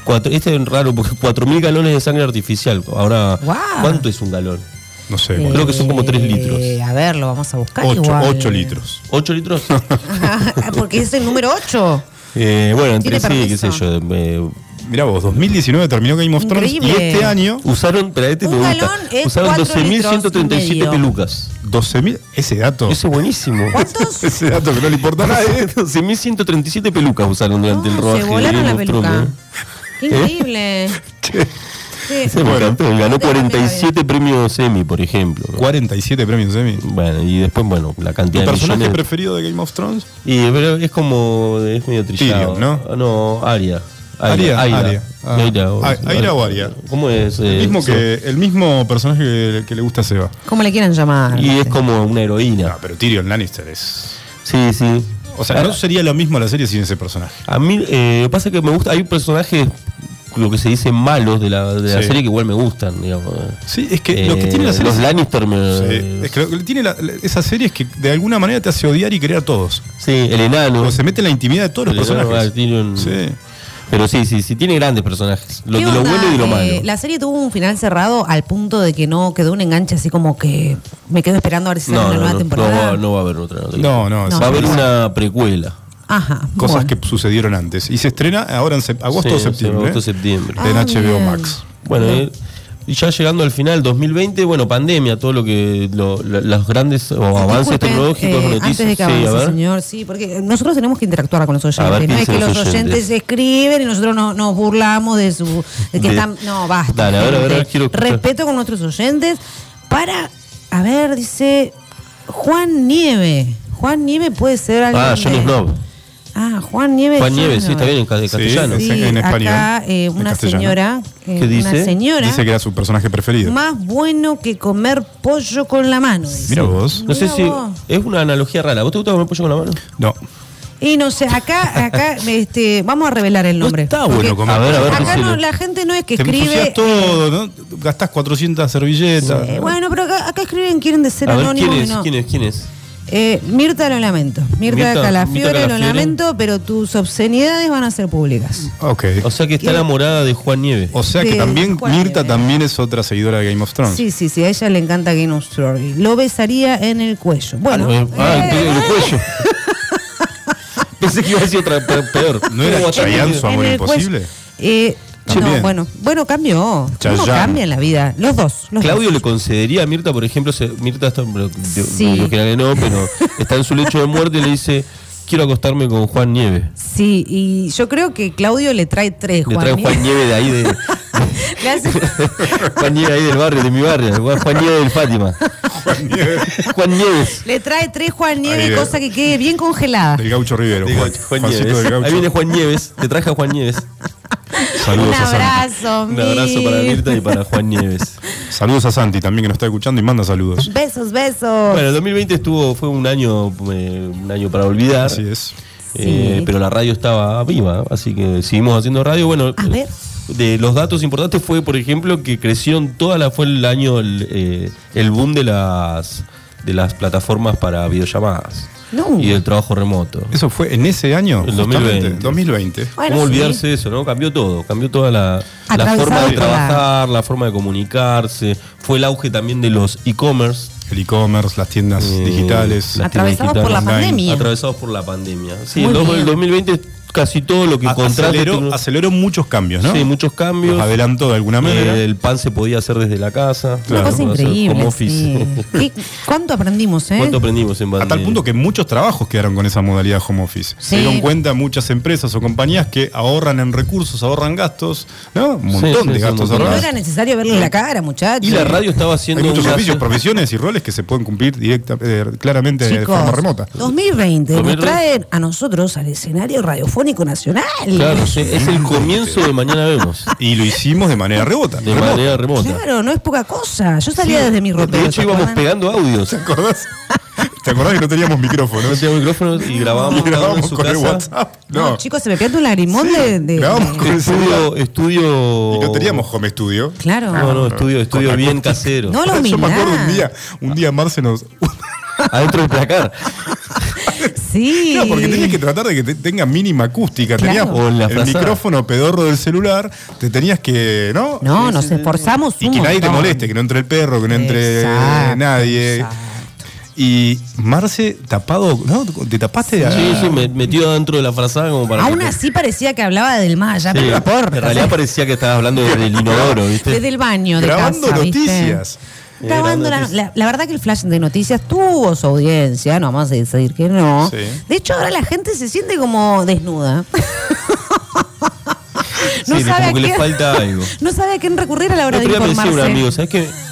Cuatro- este es raro porque 4.000 galones de sangre artificial. Ahora, Wow. ¿cuánto es un galón? No sé, Eh, Creo que son como tres litros. A ver, lo vamos a buscar 8, igual. litros. ¿8 litros? Ah, Porque es el número 8. Eh, bueno, entre Tiene sí, qué sé permiso. yo. eh, Mirá vos, 2019 terminó Game of Thrones y Increíble. este año Usaron, para este Un me gusta, galón es usaron cuatro litros y 12.137 medio. pelucas. 12.000. Ese dato. Eso es buenísimo. ¿Cuántos? Ese dato que no le importa a nadie. 12.137 pelucas usaron durante No, el rodaje. Ah, se de volaron Game la of peluca. Thrones, Qué increíble. Sí. ¿eh? Se me Bueno. encantó, Ganó No tengo 47 premios Emmy, por ejemplo. ¿no? 47 premios Emmy. Bueno, y después, bueno, la ¿Tu cantidad de personaje millones. preferido de Game of Thrones? Y, pero es como, es medio trillado. Tyrion, ¿no? No, Aria. Aria, Aira. Aria. Ah. Aira o- A- Aira o Aria. ¿Cómo es? eh, El mismo, eso? que, el mismo personaje que, que le gusta a Seba. ¿Cómo le quieran llamar? Y es como una heroína. No, pero Tyrion Lannister es. Sí, sí. O sea, Ah, no sería lo mismo la serie sin ese personaje. A mí, eh, lo que pasa es que me gusta, hay personajes, lo que se dice malos de la, de la Sí. serie que igual me gustan, digamos. Sí, es que Eh, lo que tiene la serie. Los es- Lannister me- Sí, es que lo que tiene la- la- esa serie es que de alguna manera te hace odiar y querer a todos. Sí, el enano. O se mete en la intimidad de todos los el enano personajes. Valkyrion. Sí. Pero sí, sí, sí, tiene grandes personajes. Lo ¿Qué de lo onda? bueno y lo Eh, malo. La serie tuvo un final cerrado al punto de que no quedó un enganche así como que me quedo esperando a ver si sale No, una no, nueva no, no, temporada. va- no va a haber otra. no te digo. No, no, No. sí. Va a haber una precuela. Ajá. Cosas bueno. que sucedieron antes. Y se estrena ahora en sep- agosto Sí, o sí, septiembre. agosto, ¿eh? septiembre. En Ah, HBO bien. Max. Bueno, eh, y ya llegando al final, 2020, bueno, pandemia, todo lo que. lo- lo- los grandes o avances Disculpen, tecnológicos, eh, noticias. Antes de que sí, avance, a ver. señor, sí, porque nosotros tenemos que interactuar con los A ver, oyentes. No ¿qué es que dicen los los oyentes, oyentes? escriben y nosotros no- nos burlamos de su. de que De- están, no, basta. Dale, a ver, a ver, gente. a ver, quiero escuchar. Respeto con nuestros oyentes para. A ver, dice Juan Nieve. Juan Nieve puede ser alguien. Ah, Johnny de- Snow. Ah, Juan Nieve. Juan Nieves, Snow. sí, está bien en ca- en Sí, castellano. sí. en Acá español, eh, en una castellano. señora. eh, ¿Qué Una dice? señora. Dice que era su personaje preferido. Más bueno que comer pollo con la mano. dice. Mira vos. No sé Mirá si vos. es una analogía rara. ¿Vos te gusta comer pollo con la mano? No. Ah, Y no sé, acá, acá, este, vamos a revelar el nombre. está bueno Porque comer A ver, a ver, Acá decilo. no, la gente no es que Te ensucias escribe. todo, ¿no? Gastás 400 servilletas. eh, bueno, pero acá, acá escriben, quieren de ser A ver, ¿quién anónimos y es? no. ¿Quién es? ¿Quién es? Eh, Mirta, lo lamento. Mirta, Mirta, Calafiore, Mirta lo Calafiore. lamento, pero tus obscenidades van a ser públicas. Ok. O sea que está enamorada de Juan Nieves. O sea que Sí, también Juan Mirta Nieves. también es otra seguidora de Game of Ah. Thrones. Sí, sí, sí, a ella le encanta Game of Thrones. Lo besaría en el cuello. Bueno, Ah, eh, el pe- el cuello. Pensé que iba a decir otra pe- peor. ¿No era Como Chayanne también- su amor en el cuello. imposible? Eh, También. no, bueno, bueno, cambió. ¿Cómo Chayanne. cambia en la vida? Los dos. Los Claudio dos. le concedería a Mirta, por ejemplo, se- Mirta está, lo, lo- Sí. lo que la no, pero está en su lecho de muerte y le dice, quiero acostarme con Juan Nieves. Sí, y yo creo que Claudio le trae tres, Le traigo Juan Nieves de ahí, de, Le hace- Juan Nieves ahí del barrio, de mi barrio, Juan Nieves del Fátima. Juan Nieves. Juan Nieves. Le trae tres Juan Ahí Nieve, de- cosa que quede bien congelada. Del Gaucho Rivero. Juan- Juan Juancito Nieves. del Ahí viene Gaucho. Juan Nieves, te traje a Juan Nieves. Saludos Un a Santi. abrazo, Un abrazo para Mir. Mirta y para Juan Nieves. Saludos a Santi también que nos está escuchando y manda saludos. Besos, besos. Bueno, el 2020 estuvo, fue un año, eh, un año para olvidar. Así es. Eh, Sí. pero la radio estaba viva, así que seguimos haciendo radio. Bueno, eh, A ver. de los datos importantes fue, por ejemplo, que crecieron toda la fue el año el, eh, el boom de las de las plataformas para videollamadas No. y del trabajo remoto. Eso fue en ese año, El justamente, 2020. 2020. Bueno, ¿Cómo sí. olvidarse de eso, no? Cambió todo, cambió toda la, la Atravesado forma de por la- trabajar, la forma de comunicarse, fue el auge también de los e-commerce. El e-commerce, las tiendas Eh, digitales. las Atravesados tiendas por la digitales pandemia. Atravesados por la pandemia. Sí, Muy el, do- bien. el 2020 casi todo lo que A- contrata aceleró, tecno- aceleró muchos cambios, ¿no? Sí, muchos cambios. Los adelantó de alguna manera. Eh, el pan se podía hacer desde la casa. Una cosa Hacer home increíble. office. sí. ¿Qué- ¿Cuánto aprendimos, eh? ¿Cuánto aprendimos en a pandemia? tal punto que muchos trabajos quedaron con esa modalidad home office. Sí. Se dieron cuenta muchas empresas o compañías que ahorran en recursos, ahorran gastos, ¿no? Un montón Sí, sí, de sí, gastos un montón. No ahorrados. era necesario verle la cara, muchachos. Y la radio estaba haciendo Hay muchos una- servicios, profesiones y roles que se pueden cumplir directa, eh, claramente de Chicos, forma remota. 2020 nos 2020. traen a nosotros al escenario radiofónico nacional. Claro, sí, es el comienzo de Mañana Vemos. Y lo hicimos de manera rebota. De remota. manera remota. Claro, no es poca cosa. Yo salía desde mi ropero. de hecho, ¿se íbamos acuerdan? pegando audios. ¿Te acordás? ¿Te acordás que no teníamos micrófono? No teníamos micrófonos y grabábamos, Y cada uno en grabábamos su con el casa. WhatsApp. No, No, chicos, se me pianta un lagrimón de, de- grabamos con el celular. Estudio, estudio. Y no teníamos home studio. Claro. No, no, estudio, estudio bien casero. No la Yo me acuerdo un humildad. día, un día Marce nos. Adentro del placar. Sí. Claro, porque tenías que tratar de que te- tenga mínima acústica. Tenías Claro. O en la el frazada. micrófono pedorro del celular, te tenías que. ¿No? No, nos esforzamos y un que nadie te montón. moleste, que no entre el perro, que no entre Exacto, nadie. exacto. Y Marce tapado, ¿no? Te tapaste de Sí, sí, me metido adentro de la frazada como para. Aún que- así parecía que hablaba del Maya, Sí, pero no en importa, realidad ¿sabes? parecía que estabas hablando del inodoro, ¿viste? desde el baño de grabando casa, ¿viste? noticias. Grabando la, Grabando la, la verdad que el flash de noticias tuvo su audiencia, no vamos a decir que no. Sí. De hecho, ahora la gente se siente como desnuda. no Sí, sabe como a que le quién- falta algo. No sabe a quién recurrir a la hora El otro de día me decía un informarse. amigo, ¿sabes qué?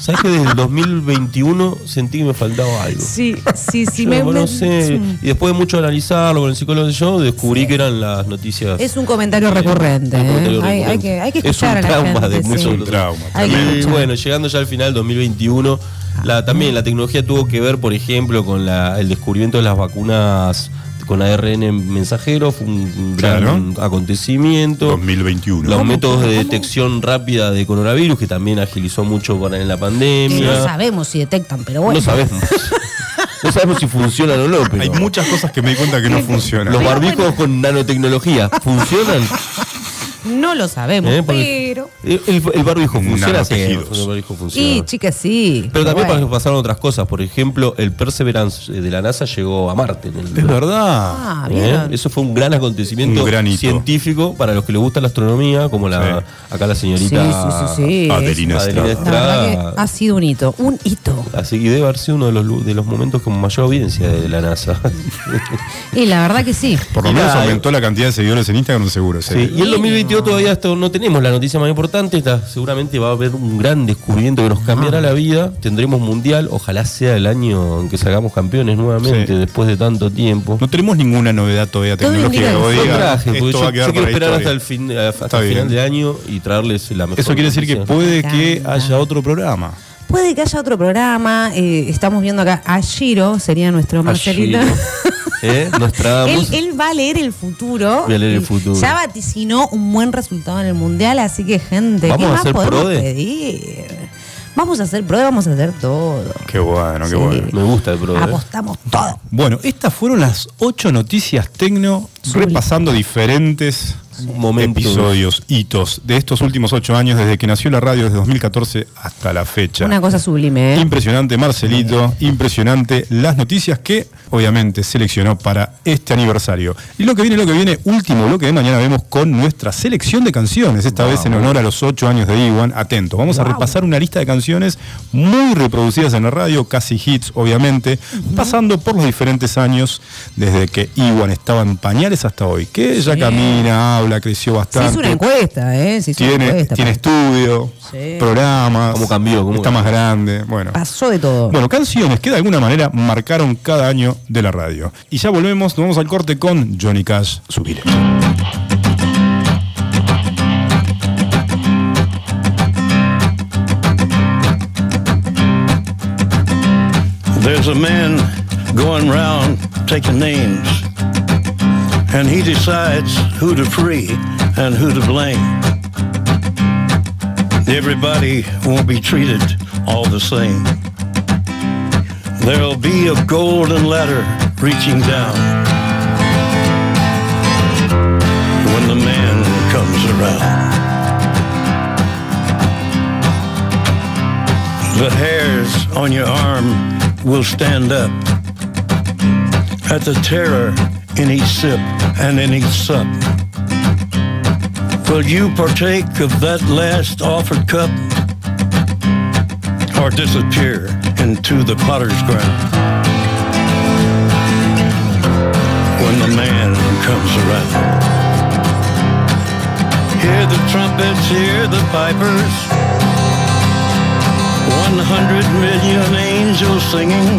¿Sabes que desde el 2021 sentí que me faltaba algo? Sí, sí, sí. Yo, me, bueno, me- no sé. Y después de mucho analizarlo con el psicólogo yo descubrí que eran las noticias. Es un comentario recurrente. Un ¿eh? comentario Hay, hay recurrente. que, hay que Es un escuchar a la trauma gente. de sí. muchos Un trauma, Hay que Y escuchar. bueno, llegando ya al final 2021, Ah. la, también la tecnología tuvo que ver, por ejemplo, con la- el descubrimiento de las vacunas con ARN mensajero, fue un gran Claro. acontecimiento. 2021. Los métodos de detección rápida de coronavirus, que también agilizó mucho para en la Que no pandemia. sabemos si detectan, pero bueno. No sabemos. No sabemos si funcionan o no, pero. Hay muchas cosas que me di cuenta que no funcionan. Los barbijos con nanotecnología, ¿funcionan? No lo sabemos, ¿Eh? Porque pero. El, el- el barbijo funciona, sí, Nanotejidos. el barbijo funciona. Y chicas, sí. Pero también bueno. pas- pasaron otras cosas. Por ejemplo, el Perseverance eh, de la NASA llegó a Marte. en el- Es verdad. Ah, ¿Eh? bien. Eso fue un gran acontecimiento Un gran hito. científico para los que les gusta la astronomía, como la acá la Sí, señorita sí, sí, sí. Adelina Adelina Estrada. La verdad Estrada. que ha sido un hito, un hito. Así que debe haber sido uno de los, lu- de los momentos con mayor audiencia de la NASA. Y la verdad que sí. Por lo menos Mirá, aumentó la cantidad de seguidores en Instagram, eh. seguro. eh. sí. Sí, Y el 2022 todavía esto no tenemos la noticia más importante. está- seguramente va a haber un gran descubrimiento que nos Ah. cambiará la vida. Tendremos mundial. Ojalá sea el año en que salgamos campeones nuevamente Sí. después de tanto tiempo. No tenemos ninguna novedad todavía Todo tecnológica. indica que vos que Yo digas, traje, porque esto yo, va a quedar yo quiero para la esperar hasta el, historia. fin, hasta Está el final bien. de año y traerles la mejor. Eso quiere decir que noticia. puede que Caramba. haya otro programa. Puede que haya otro programa. eh, estamos viendo acá a Giro, sería nuestro Marcelito. Allí, ¿eh? Él, Nostradamus. él va a leer el futuro. Voy a leer el y futuro. Ya vaticinó un buen resultado en el mundial, así que, gente, ¿Vamos ¿qué a más hacer podemos prode? pedir? Vamos a hacer pro, vamos a hacer todo. Qué bueno, qué Sí. bueno. Me gusta el programa. Apostamos todo. Bueno, estas fueron las ocho noticias tecno repasando diferentes Momentos. episodios, hitos de estos últimos ocho años, desde que nació la radio, desde 2014 hasta la fecha. Una cosa sublime, ¿eh? Impresionante, Marcelito. Impresionante las noticias que, obviamente, seleccionó para este aniversario. Y lo que viene, lo que viene, último bloque de mañana, vemos con nuestra selección de canciones. Esta vez en honor a los ocho años de Iwan. Atento. Vamos a repasar una lista de canciones muy reproducidas en la radio, casi hits, obviamente, pasando por los diferentes años desde que Iwan estaba en pañales hasta hoy. Que ella camina, habla, creció Se bastante. hizo una encuesta, ¿eh? Se hizo una Tiene, encuesta. tiene estudio, Sí. programas. ¿Cómo cambió? ¿Cómo está cambió? más grande. Bueno. Pasó de todo. Bueno, canciones que de alguna manera marcaron cada año de la radio. Y ya volvemos, nos vamos al corte con Johnny Cash, Subir. There's a man going round taking names, and he decides who to free and who to blame. Everybody won't be treated all the same. There'll be a golden ladder reaching down when the man comes around. The hairs on your arm will stand up at the terror in each sip and in each sup. Will you partake of that last offered cup or disappear into the potter's ground when the man comes around? Hear the trumpets, hear the pipers. 100 million angels singing.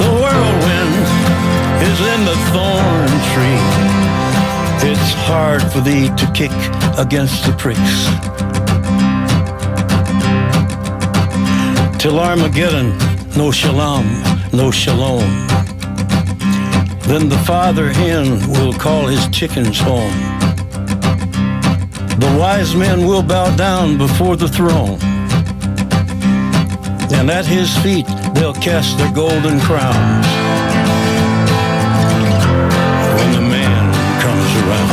The whirlwind is in the thorn tree. It's hard for thee to kick against the pricks. Till Armageddon, no shalom, no shalom. Then the father hen will call his chickens home. The wise men will bow down before the throne. And at his feet they'll cast their golden crowns. When the man comes around.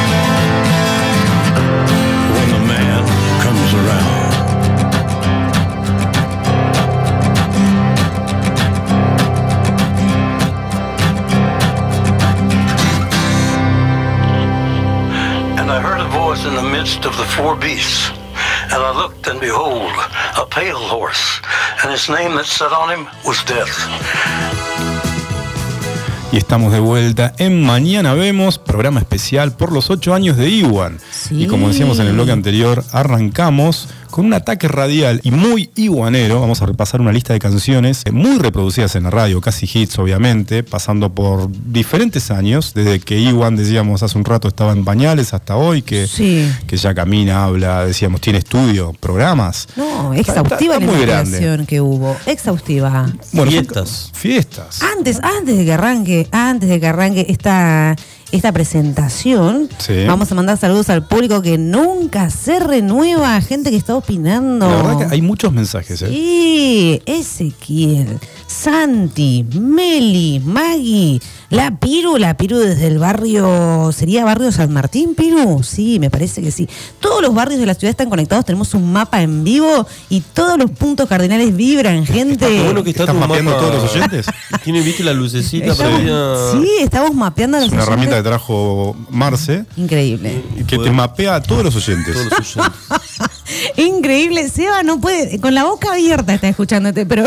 When the man comes around. And I heard a voice in the midst of the four beasts. And I looked, and behold, a pale horse. And his name that sat on him was Death. Y estamos de vuelta en Mañana Vemos, programa especial por los 8 años de Iwan. Sí. Y como decíamos en el bloque anterior, arrancamos con un ataque radial y muy iguanero. Vamos a repasar una lista de canciones eh, muy reproducidas en la radio, casi hits obviamente, pasando por diferentes años, desde que Iwan, decíamos hace un rato, estaba en pañales hasta hoy, que, Sí. que ya camina, habla, decíamos, tiene estudio, programas. No, Está- está- exhaustiva está la muy grande. investigación que hubo. Exhaustiva. Bueno, son- Fiestas. Fiestas. Antes, antes de que arranque, antes de que arranque esta, esta presentación, Sí. vamos a mandar saludos al público que nunca se renueva, gente que está opinando. La verdad que hay muchos mensajes. ¿eh? Sí, Ezequiel. Santi, Meli, Maggie, la Piru, la Piru desde el barrio, ¿sería barrio San Martín, Piru? Sí, me parece que sí. Todos los barrios de la ciudad están conectados, tenemos un mapa en vivo y todos los puntos cardinales vibran, gente. Qué bueno que está ¿Estás tu mapeando mapa. todos los oyentes? Tiene, viste, la lucecita previa. Estamos- sí, estamos mapeando Es los una herramienta que oyentes. trajo Marce Increíble. que te mapea a todos los oyentes. Todos los oyentes. Increíble. Seba no puede, con la boca abierta está escuchándote, pero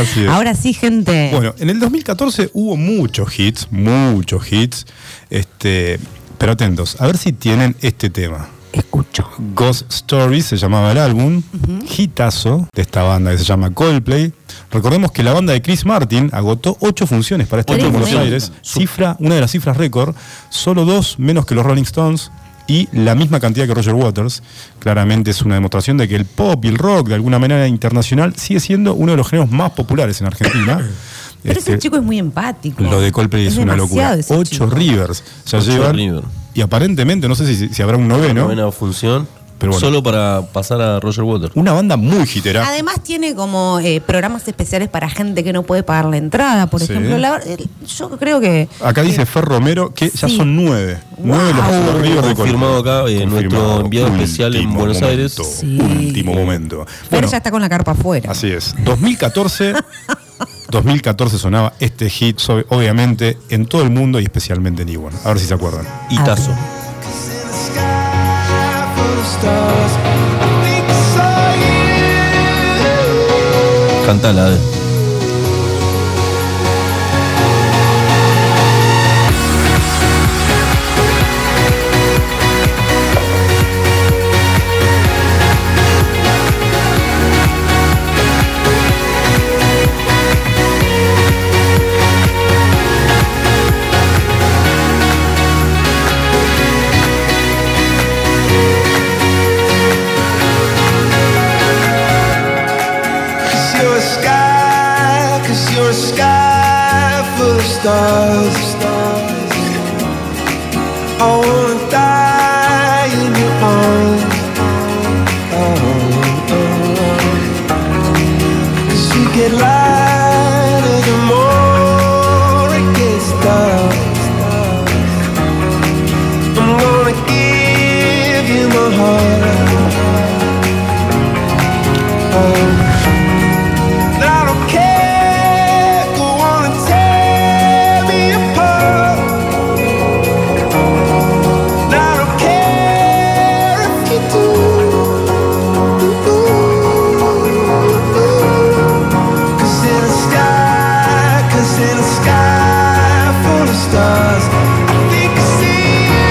Así es. ahora sí, gente. Bueno, en el 2014 hubo muchos hits, muchos hits. Este, pero atentos, a ver si tienen este tema. Escucho. Ghost Story se llamaba el álbum, hitazo de esta banda que se llama Coldplay. Recordemos que la banda de Chris Martin agotó ocho funciones para este Ocho año en Buenos funciones. Aires, cifra, una de las cifras récord, solo dos menos que los Rolling Stones y la misma cantidad que Roger Waters. Claramente es una demostración de que el pop y el rock, de alguna manera internacional, sigue siendo uno de los géneros más populares en Argentina. Pero ese Este, chico es muy empático. lo de Coldplay es, una locura. demasiado ese Ocho chico. Rivers ya Ocho llevan. River. Y aparentemente, no sé si, si habrá un noveno. Buena función. Pero bueno. Solo para pasar a Roger Waters. Una banda muy hitera. Además tiene como eh, programas especiales para gente que no puede pagar la entrada, por Sí. ejemplo. La- el- yo creo que Acá dice Fer Romero que ya Sí. son nueve. Nueve los Wow. arriba de Confirmado acá, eh, nuestro enviado especial en Buenos Aires. Sí. Último momento. Fer Bueno, ya está con la carpa afuera. así es. 2014. 2014 sonaba este hit, so- obviamente, en todo el mundo y especialmente en Iwan. A ver si se acuerdan. Y Tazo. Cantala. eh. Cause you're a sky, cause you're a sky full of stars. stars. I wanna die in your arms. Oh, oh, oh. 'Cause you get lighter the more it gets dark. I'm gonna give you my heart. Oh. But I don't care if you wanna tear me apart. And I don't care if you do. Cause in the sky, cause in the sky full of stars, I think I see you.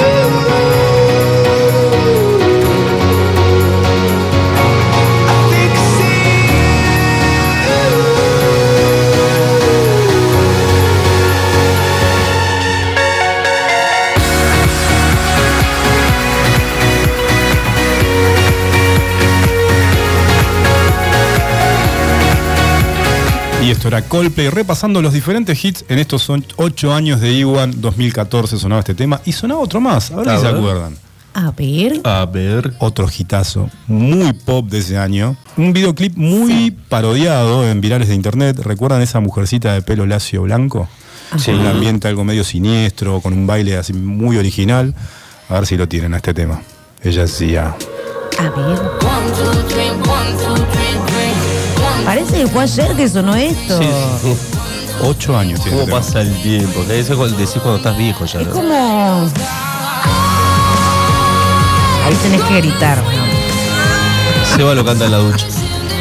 I think I see you. Y esto era Coldplay repasando los diferentes hits en estos son- ocho años de Iwan. 2014 sonaba este tema y sonaba otro más. A ver A si se ver. acuerdan. A ver. A ver. Otro hitazo, muy pop de ese año. Un videoclip muy parodiado en virales de internet. ¿Recuerdan esa mujercita de pelo lacio blanco? Sí. Con un ambiente algo medio siniestro, con un baile así muy original. A ver si lo tienen a este tema. Ella decía. A ver. Parece que fue ayer que sonó esto. Sí, sí. Ocho años tiene. ¿Cómo este tema. pasa el tiempo? O sea, Eso es cuando- decís cuando estás viejo ya. Es ¿no? como. Ahí tenés que gritar. ¿no? Seba lo canta en la ducha.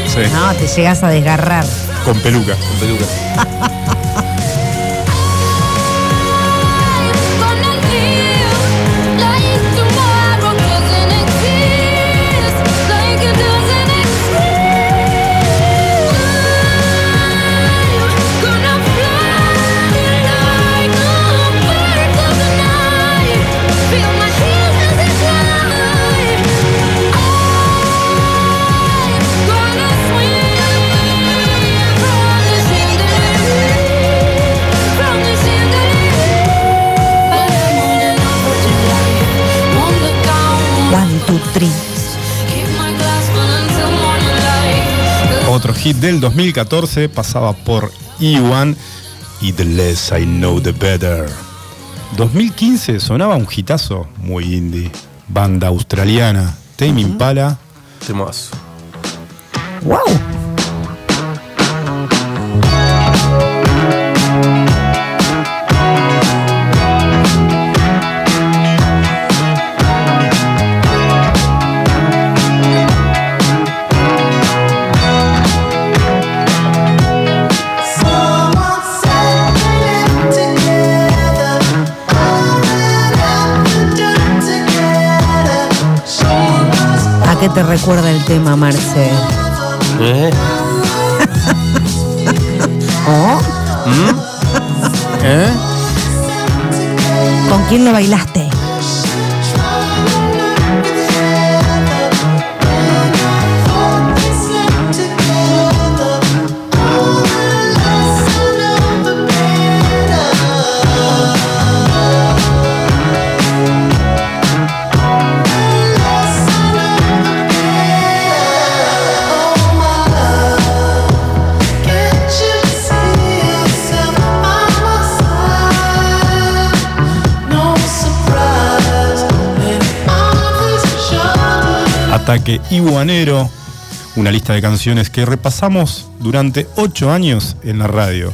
Sí, No, te llegas a desgarrar. Con peluca. Con peluca. Gonna swim, promising the hit del 2014, pasaba por Iwan y The Less I Know The Better. 2015 sonaba un hitazo muy indie, banda australiana, Tame Impala, Temazo. ¿A qué te recuerda el tema, Marce? ¿Eh? ¿Oh? ¿Eh? ¿Con quién lo bailaste? Ataque Iguanero, una lista de canciones que repasamos durante ocho años en la radio.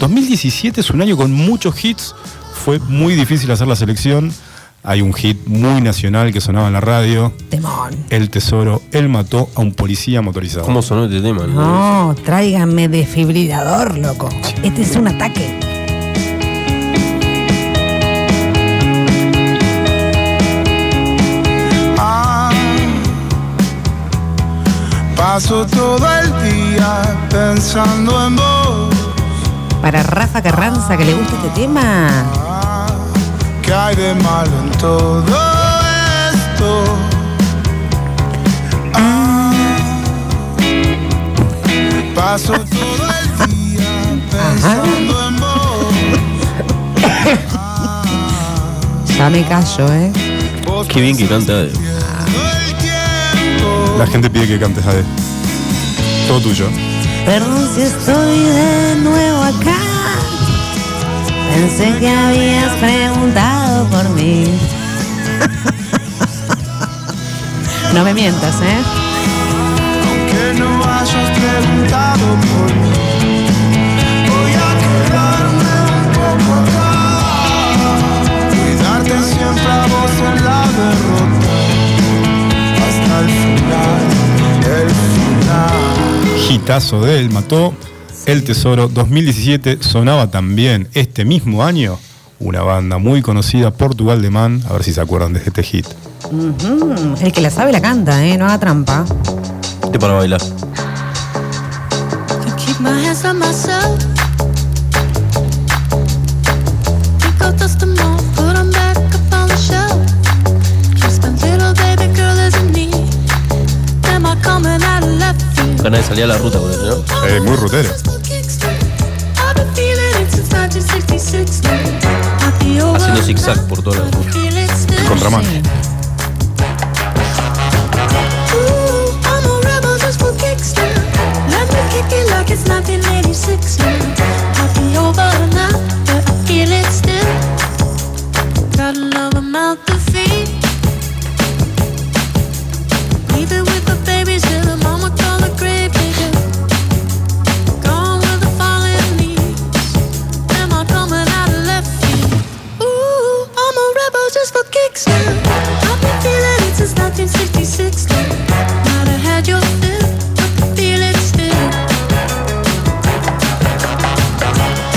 2017 es un año con muchos hits, fue muy difícil hacer la selección. Hay un hit muy nacional que sonaba en la radio. Temón. El tesoro, él mató a un policía motorizado. ¿Cómo sonó este tema? no? No, tráiganme desfibrilador, loco. Este es un ataque. Ah, Paso todo el día pensando en vos. Para Rafa Carranza, que le gusta este tema. Ah, ¿Qué hay de malo en todo esto? Ah, paso todo el día pensando en vos. Ya me callo, ¿eh? Vos Qué bien que canta. eh. todo el tiempo. La gente pide que cantes Ade. Todo tuyo. Perdón si estoy de nuevo acá. Pensé que habías preguntado por mí. No me mientas, ¿eh? Que no hayas preguntado por mí. Voy a quedarme un poco acá. Cuidarte siempre a vos en la derrota. Hasta el final, el final. Hitazo de él mató. El Tesoro 2017 sonaba también este mismo año una banda muy conocida, Portugal de Man, a ver si se acuerdan de este hit. Mm, El que la sabe la canta, ¿eh? No haga trampa. Este para bailar. Could keep my hands on myself. Think I'll dust them off, put 'em back up on the shelf. Just a little baby girl isn't me. Am I coming out of left field? Ganas de salir a la ruta con eso, ¿no? Eh, muy rutero. I've been feeling it since 1966. I'll be over Haciendo now. zigzag por toda la But I feel it still. Contramano. Ooh, I'm a rebel just for kicks now. Let me kick it like it's 1986 now. I'll be over now, but I feel it still. Got another mouth to feed. Leaving with the babies till the mama call the grave digger. Gone with the fallen leaves. Am I coming out of left field? Ooh, I'm a rebel just for kicks now. I've been feeling it since 1966 now. Might have had your fill, but I feel it still.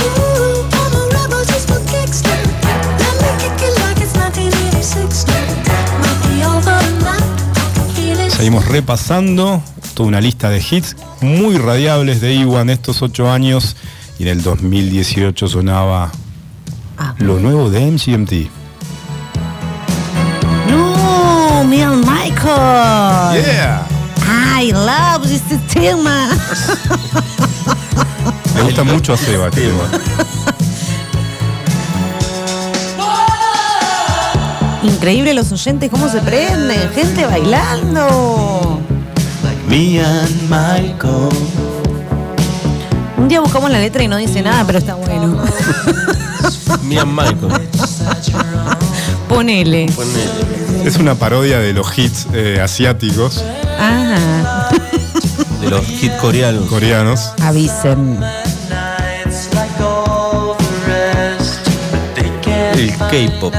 Ooh, I'm a rebel just for kicks now. Let me kick it like it's 1986 now. Might be over now, I can feel it still. Seguimos repasando toda una lista de hits muy radiables de Iwan estos ocho años y en el 2018 sonaba Ah. lo nuevo de MCMT. No, mi Michael. Yeah. I love this tema. Me gusta mucho a Seba este tema. Increíble los oyentes, cómo se prenden. Gente bailando. Me and Michael Un día buscamos la letra y no dice nada, pero está bueno. Mian Malcolm. Ponele. Ponele. Es una parodia de los hits eh, asiáticos, Ah, De los hit coreanos. coreanos. avisen. El K-pop.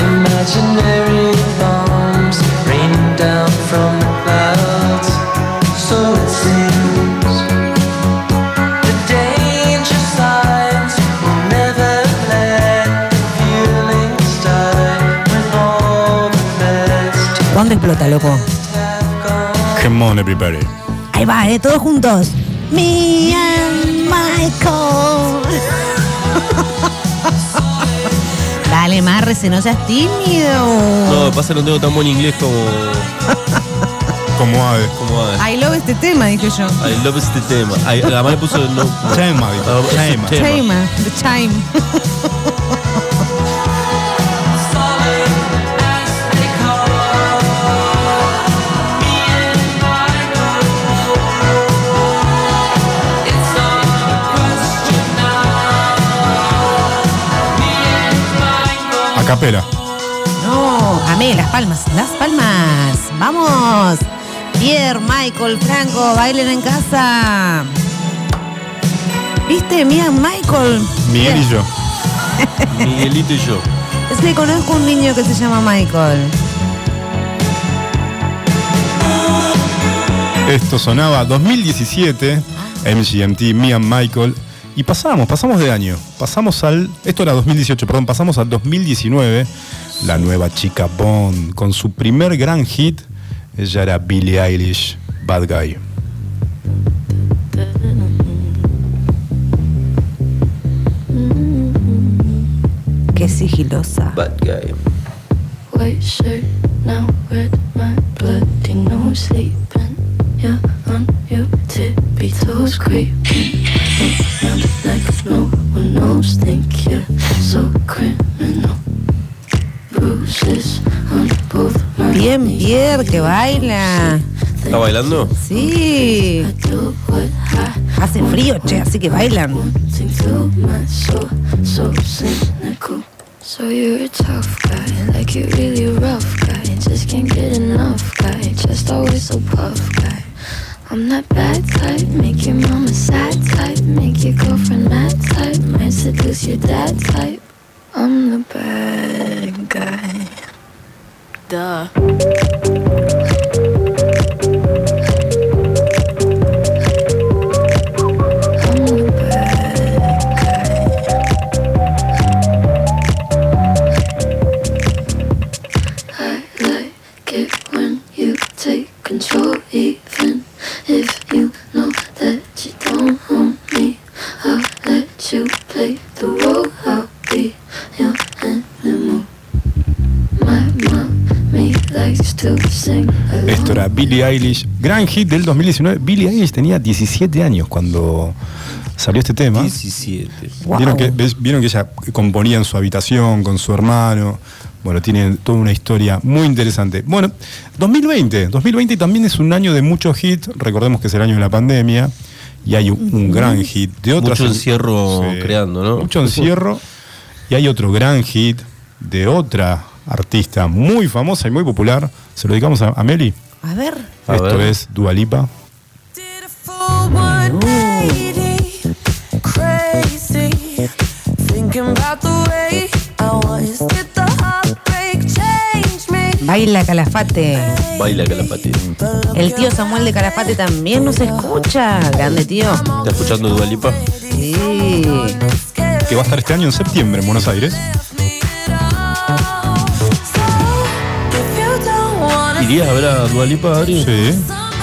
Imaginary bombs raining down from the clouds. So it seems the danger signs will never let the feeling die when all the best ¿Cuándo explota, loco? Come on, everybody. Ahí va, eh, todos juntos. Me and Michael. Dale, Marrese, no seas tímido. No, lo que pasa es que no tengo tan buen inglés como. Como ave. como Ade. I love este tema, dije yo. I love este tema. Ay, además le puso el no. Tema, dijo. Ah, este Tema. tema. Chayma, the chime. A capela. No, amé, las palmas, las palmas. Vamos. Pierre, Michael, Franco, bailen en casa. ¿Viste? Mira, Michael. Miguel y yo. Miguelito y yo. Es que conozco un niño que se llama Michael. Esto sonaba 2017, MGMT, me and Michael. Y pasamos, pasamos de año. Pasamos al. Esto era 2018, perdón, pasamos al 2019. La nueva chica Bond, con su primer gran hit. Ella era Billie Eilish, Bad Guy. Qué sigilosa. Bad guy. White shirt now with my bloody nose sleeping. Yeah, on your tippy toes creeping. Around like no one knows, think you're so criminal. Bruises on both my Bien, Pierre, que baila. ¿Está bailando? Sí. I do what I Hace frío, che, así que bailan. want to do. My soul, so cynical. So you're a tough guy, like you really rough guy. Just can't get enough guy, just always so puff guy. I'm that bad type, make your mama sad type, make your girlfriend mad type, might seduce your dad type. I'm the bad guy. Duh. I'm the bad guy. I like it when you take control, even if you know that you don't own me. I'll let you play the role, I'll be your animal. My mommy likes to sing Esto era along. Billie Eilish, gran hit del 2019. Billie Eilish tenía 17 años cuando salió este tema. 17. Wow. Vieron, que, ves- vieron que ella componía en su habitación con su hermano. Bueno, tiene toda una historia muy interesante. Bueno, 2020. 2020 también es un año de muchos hits. Recordemos que es el año de la pandemia. Y hay un, un gran hit de otras. Mucho encierro creando, ¿no? Mucho encierro. Y hay otro gran hit de otra artista muy famosa y muy popular. Se lo dedicamos a, a Meli. A ver. A Esto ver. es Dualipa. Did a full 180, crazy, thinking about the way I was. Did the heartbreak change me? Baila Calafate. Baila Calapate. ¿Está El tío Samuel de Calafate también nos escucha. Grande tío. escuchando Dualipa? Sí. que va a estar este año en septiembre en Buenos Aires. ¿Irías a ver a Dualipa, Adri? Sí,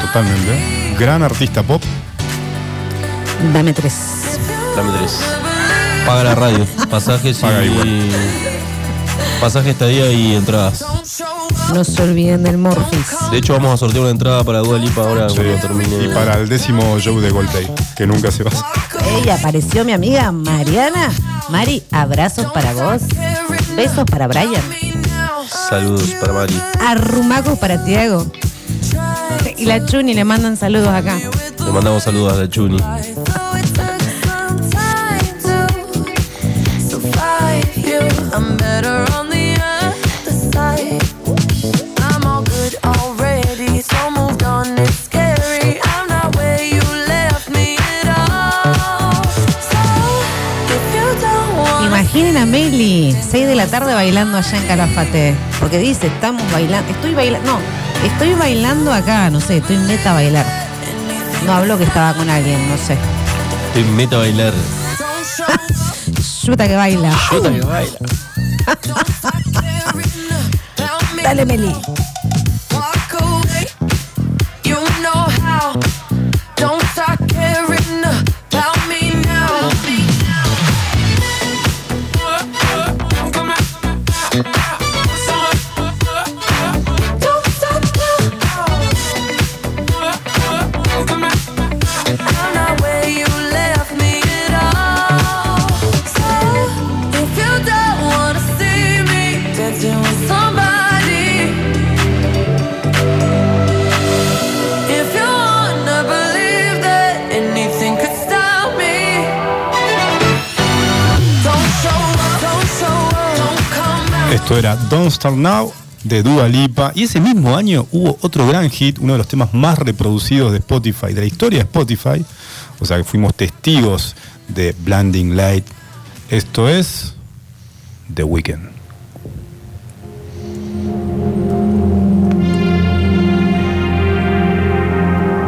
totalmente. Gran artista pop. Dame tres. Dame tres. Paga la radio. Pasajes Paga y. Pasaje, estadía y entradas. No se olviden del Morphis. De hecho, vamos a sortear una entrada para Dua Lipa ahora cuando termine. Y para el décimo show de Goltei, que nunca se va. Ey, apareció mi amiga Mariana. Mari, abrazos para vos. Besos para Brian. Saludos para Mari. Arrumacos para Tiago. Y la Chuni le mandan saludos acá. Le mandamos saludos a la Chuni. I'm better on the other side. I'm all good already, so moved on. It's scary. I'm not where you left me at all. So if you don't want Imaginen a Meli, 6 de la tarde bailando allá en Calafate. Porque dice, estamos bailando. Estoy bailando. No, estoy bailando acá, no sé, estoy meta a bailar. No habló que estaba con alguien, no sé. Te meta a bailar. Yuta que baila. Dale, Meli. Walk away. You know how. Don't start caring about me now. Don't stop now. I'm not where you left me at all. So if you don't wanna see me dancing with somebody. If you wanna believe that anything could stop me, don't show up, don't show up, don't come out. Esto era Don't Start Now de Dua Lipa. Y ese mismo año hubo otro gran hit, uno de los temas más reproducidos de Spotify, de la historia de Spotify. O sea que fuimos testigos de Blinding Light. Esto es The Weeknd.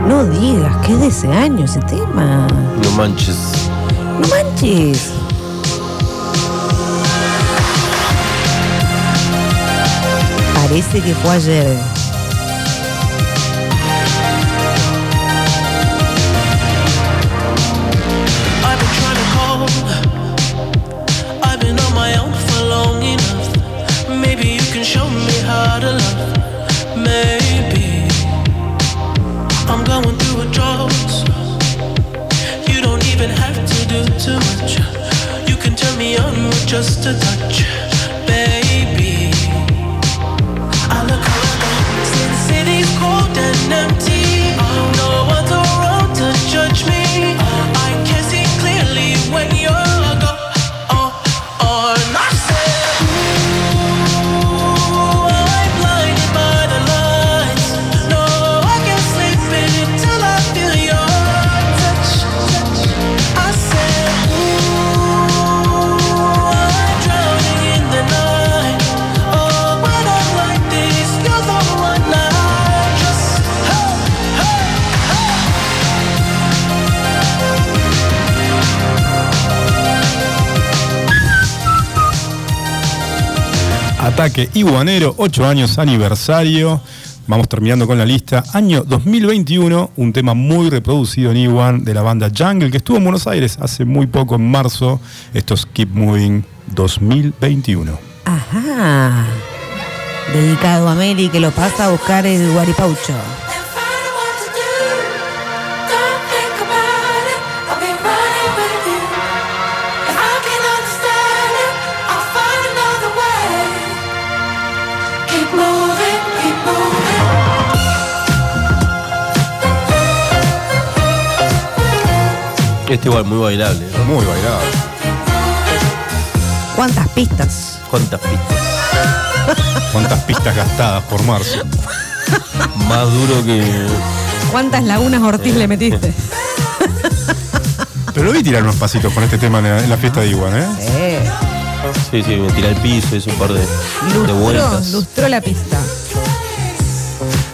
No digas, que es de ese año ese tema. No manches. No manches. Parece que fue ayer. I've been trying to call. I've been on my own for long enough. Maybe you can show me how to love. Maybe I'm going through a drought. You don't even have to do too much. You can turn me on with just a touch, baby. I look around, see the city's cold and empty. No one's around to judge me. I can see clearly when you're gone. Oh, I said, Ooh, I'm blinded by the lights. No, I can't sleep until I feel your touch. I said, Ooh, I'm drowning in the night. Oh, when I'm like this, you're the one I trust. Ataque Iguanero, 8 años aniversario. Vamos terminando con la lista. Año 2021, un tema muy reproducido en Iwan de la banda Jungle, que estuvo en Buenos Aires hace muy poco, en marzo. Esto es Keep Moving 2021. Ajá. Dedicado a Meli que lo pasa a buscar el Guaripaucho. And find out what to do. Don't think about it. I'll be running with you. If I can understand it, I'll find another way. Keep moving, keep moving. Este igual muy bailable. ¿no? Muy bailado. ¿Cuántas pistas? ¿Cuántas pistas? Cuántas pistas gastadas por marzo. Más duro que. ¿Cuántas lagunas Ortiz le metiste? Pero lo vi tirar unos pasitos con este tema en la, en la fiesta de Iwan, ¿eh? Eh, Sí, sí, me tiré al piso, hice un par de, de lustró, vueltas. lustró la pista.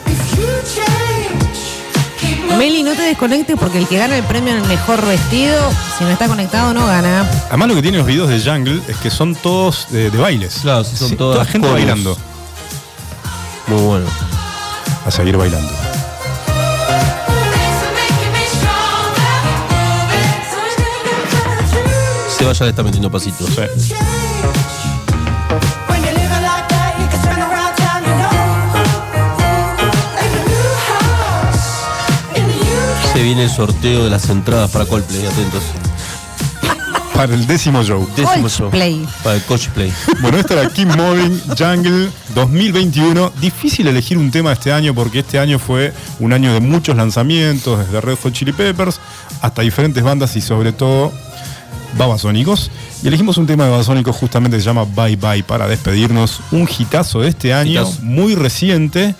If you change, keep moving. Meli, no te desconectes porque el que gana el premio en el mejor vestido, si no está conectado, no gana. Además lo que tienen los videos de Jungle es que son todos de, de bailes. Claro, son todas toda gente covers. bailando. Muy bueno. A seguir bailando. Things that make you be stronger. Moving. So it's gonna come true. Seba ya le está metiendo pasitos. When you're living like that, you can turn around town, you know. Aparte viene el sorteo de las entradas para Coldplay, atentos. Para el décimo show. Décimo show. Coldplay. Para el Coachplay. Bueno, esta era Kim Mobbing, Jungle 2021. Difícil elegir un tema este año porque este año fue un año de muchos lanzamientos, desde Red Hot Chili Peppers hasta diferentes bandas y sobre todo Babasónicos. Y elegimos un tema de Babasónicos justamente que se llama Bye Bye para despedirnos. Un hitazo de este año, Hitazo. muy reciente.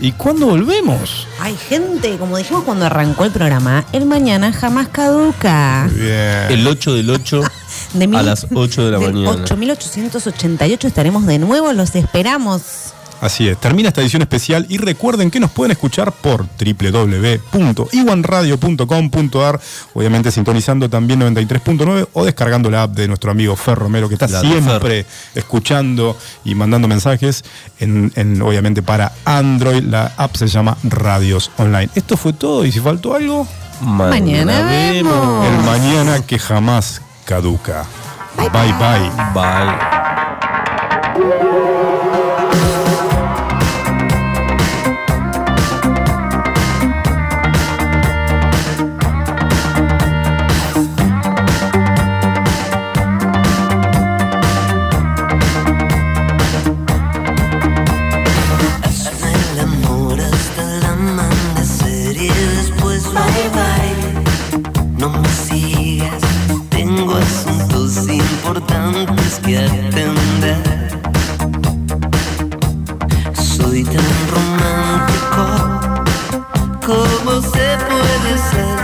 ¿Y cuándo volvemos? Ay, gente, como dijimos cuando arrancó el programa, el mañana jamás caduca. Bien. El 8 del 8 De mil- a las 8 de la del mañana. 8888 estaremos de nuevo, los esperamos. Así es, termina esta edición especial y recuerden que nos pueden escuchar por www.iwanradio.com.ar, obviamente sintonizando también 93.9 o descargando la app de nuestro amigo Fer Romero que está La de siempre escuchando y mandando mensajes, en, en, obviamente para Android, la app se llama Radios Online. Esto fue todo y si faltó algo, Mañana vemos. el mañana que jamás caduca. Oh. bye. bye. Bye. Me enamoro hasta el amanecer y después bye bye. No me sigas, tengo asuntos importantes que atender. Soy tan romántico como se puede ser.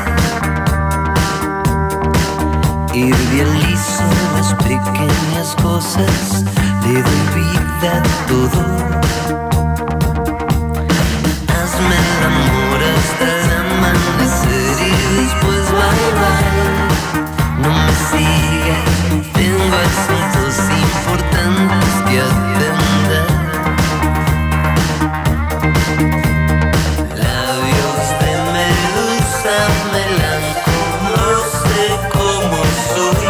Idealizo las pequeñas cosas, le doy vida a todo. Hazme el amor hasta el amanecer y después pues bye bye. No me sigas, tengo asuntos importantes que atender. Labios de medusa melancolía, no sé cómo soy.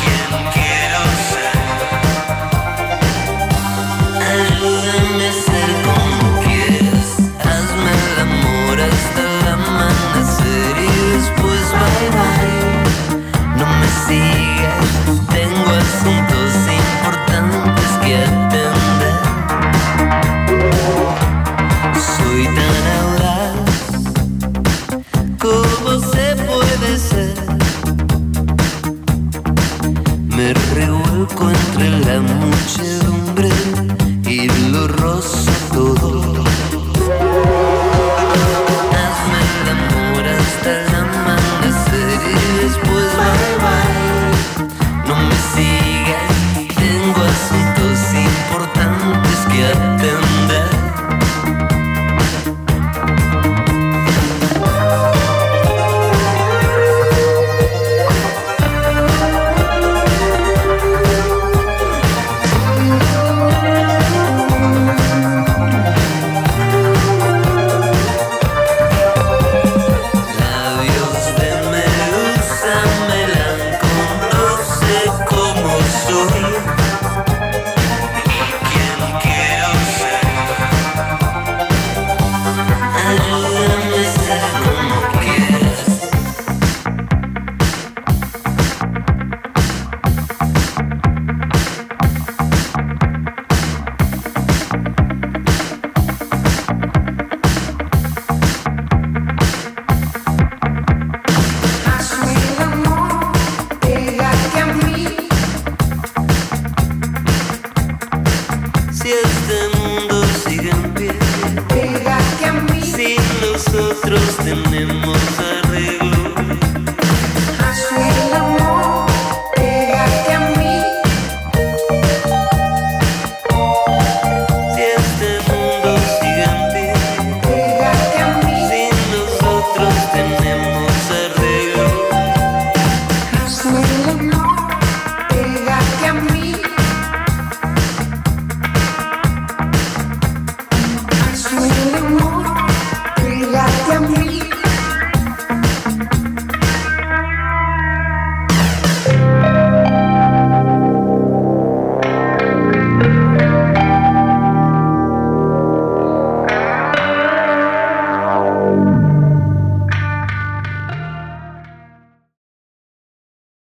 ¿Quién quiero ser? Ayúdame a ser como quieras, hazme el amor hasta el amanecer y después bye bye. No me sigas, tengo asuntos importantes que atender. Soy tan audaz como se puede ser. Me revuelco entre la muchedumbre y lo rozo todo. Hazme el amor hasta el amanecer y después bye bye. No me sigas, tengo asuntos importantes que atender. Labios de medusa melanco, no sé cómo soy. este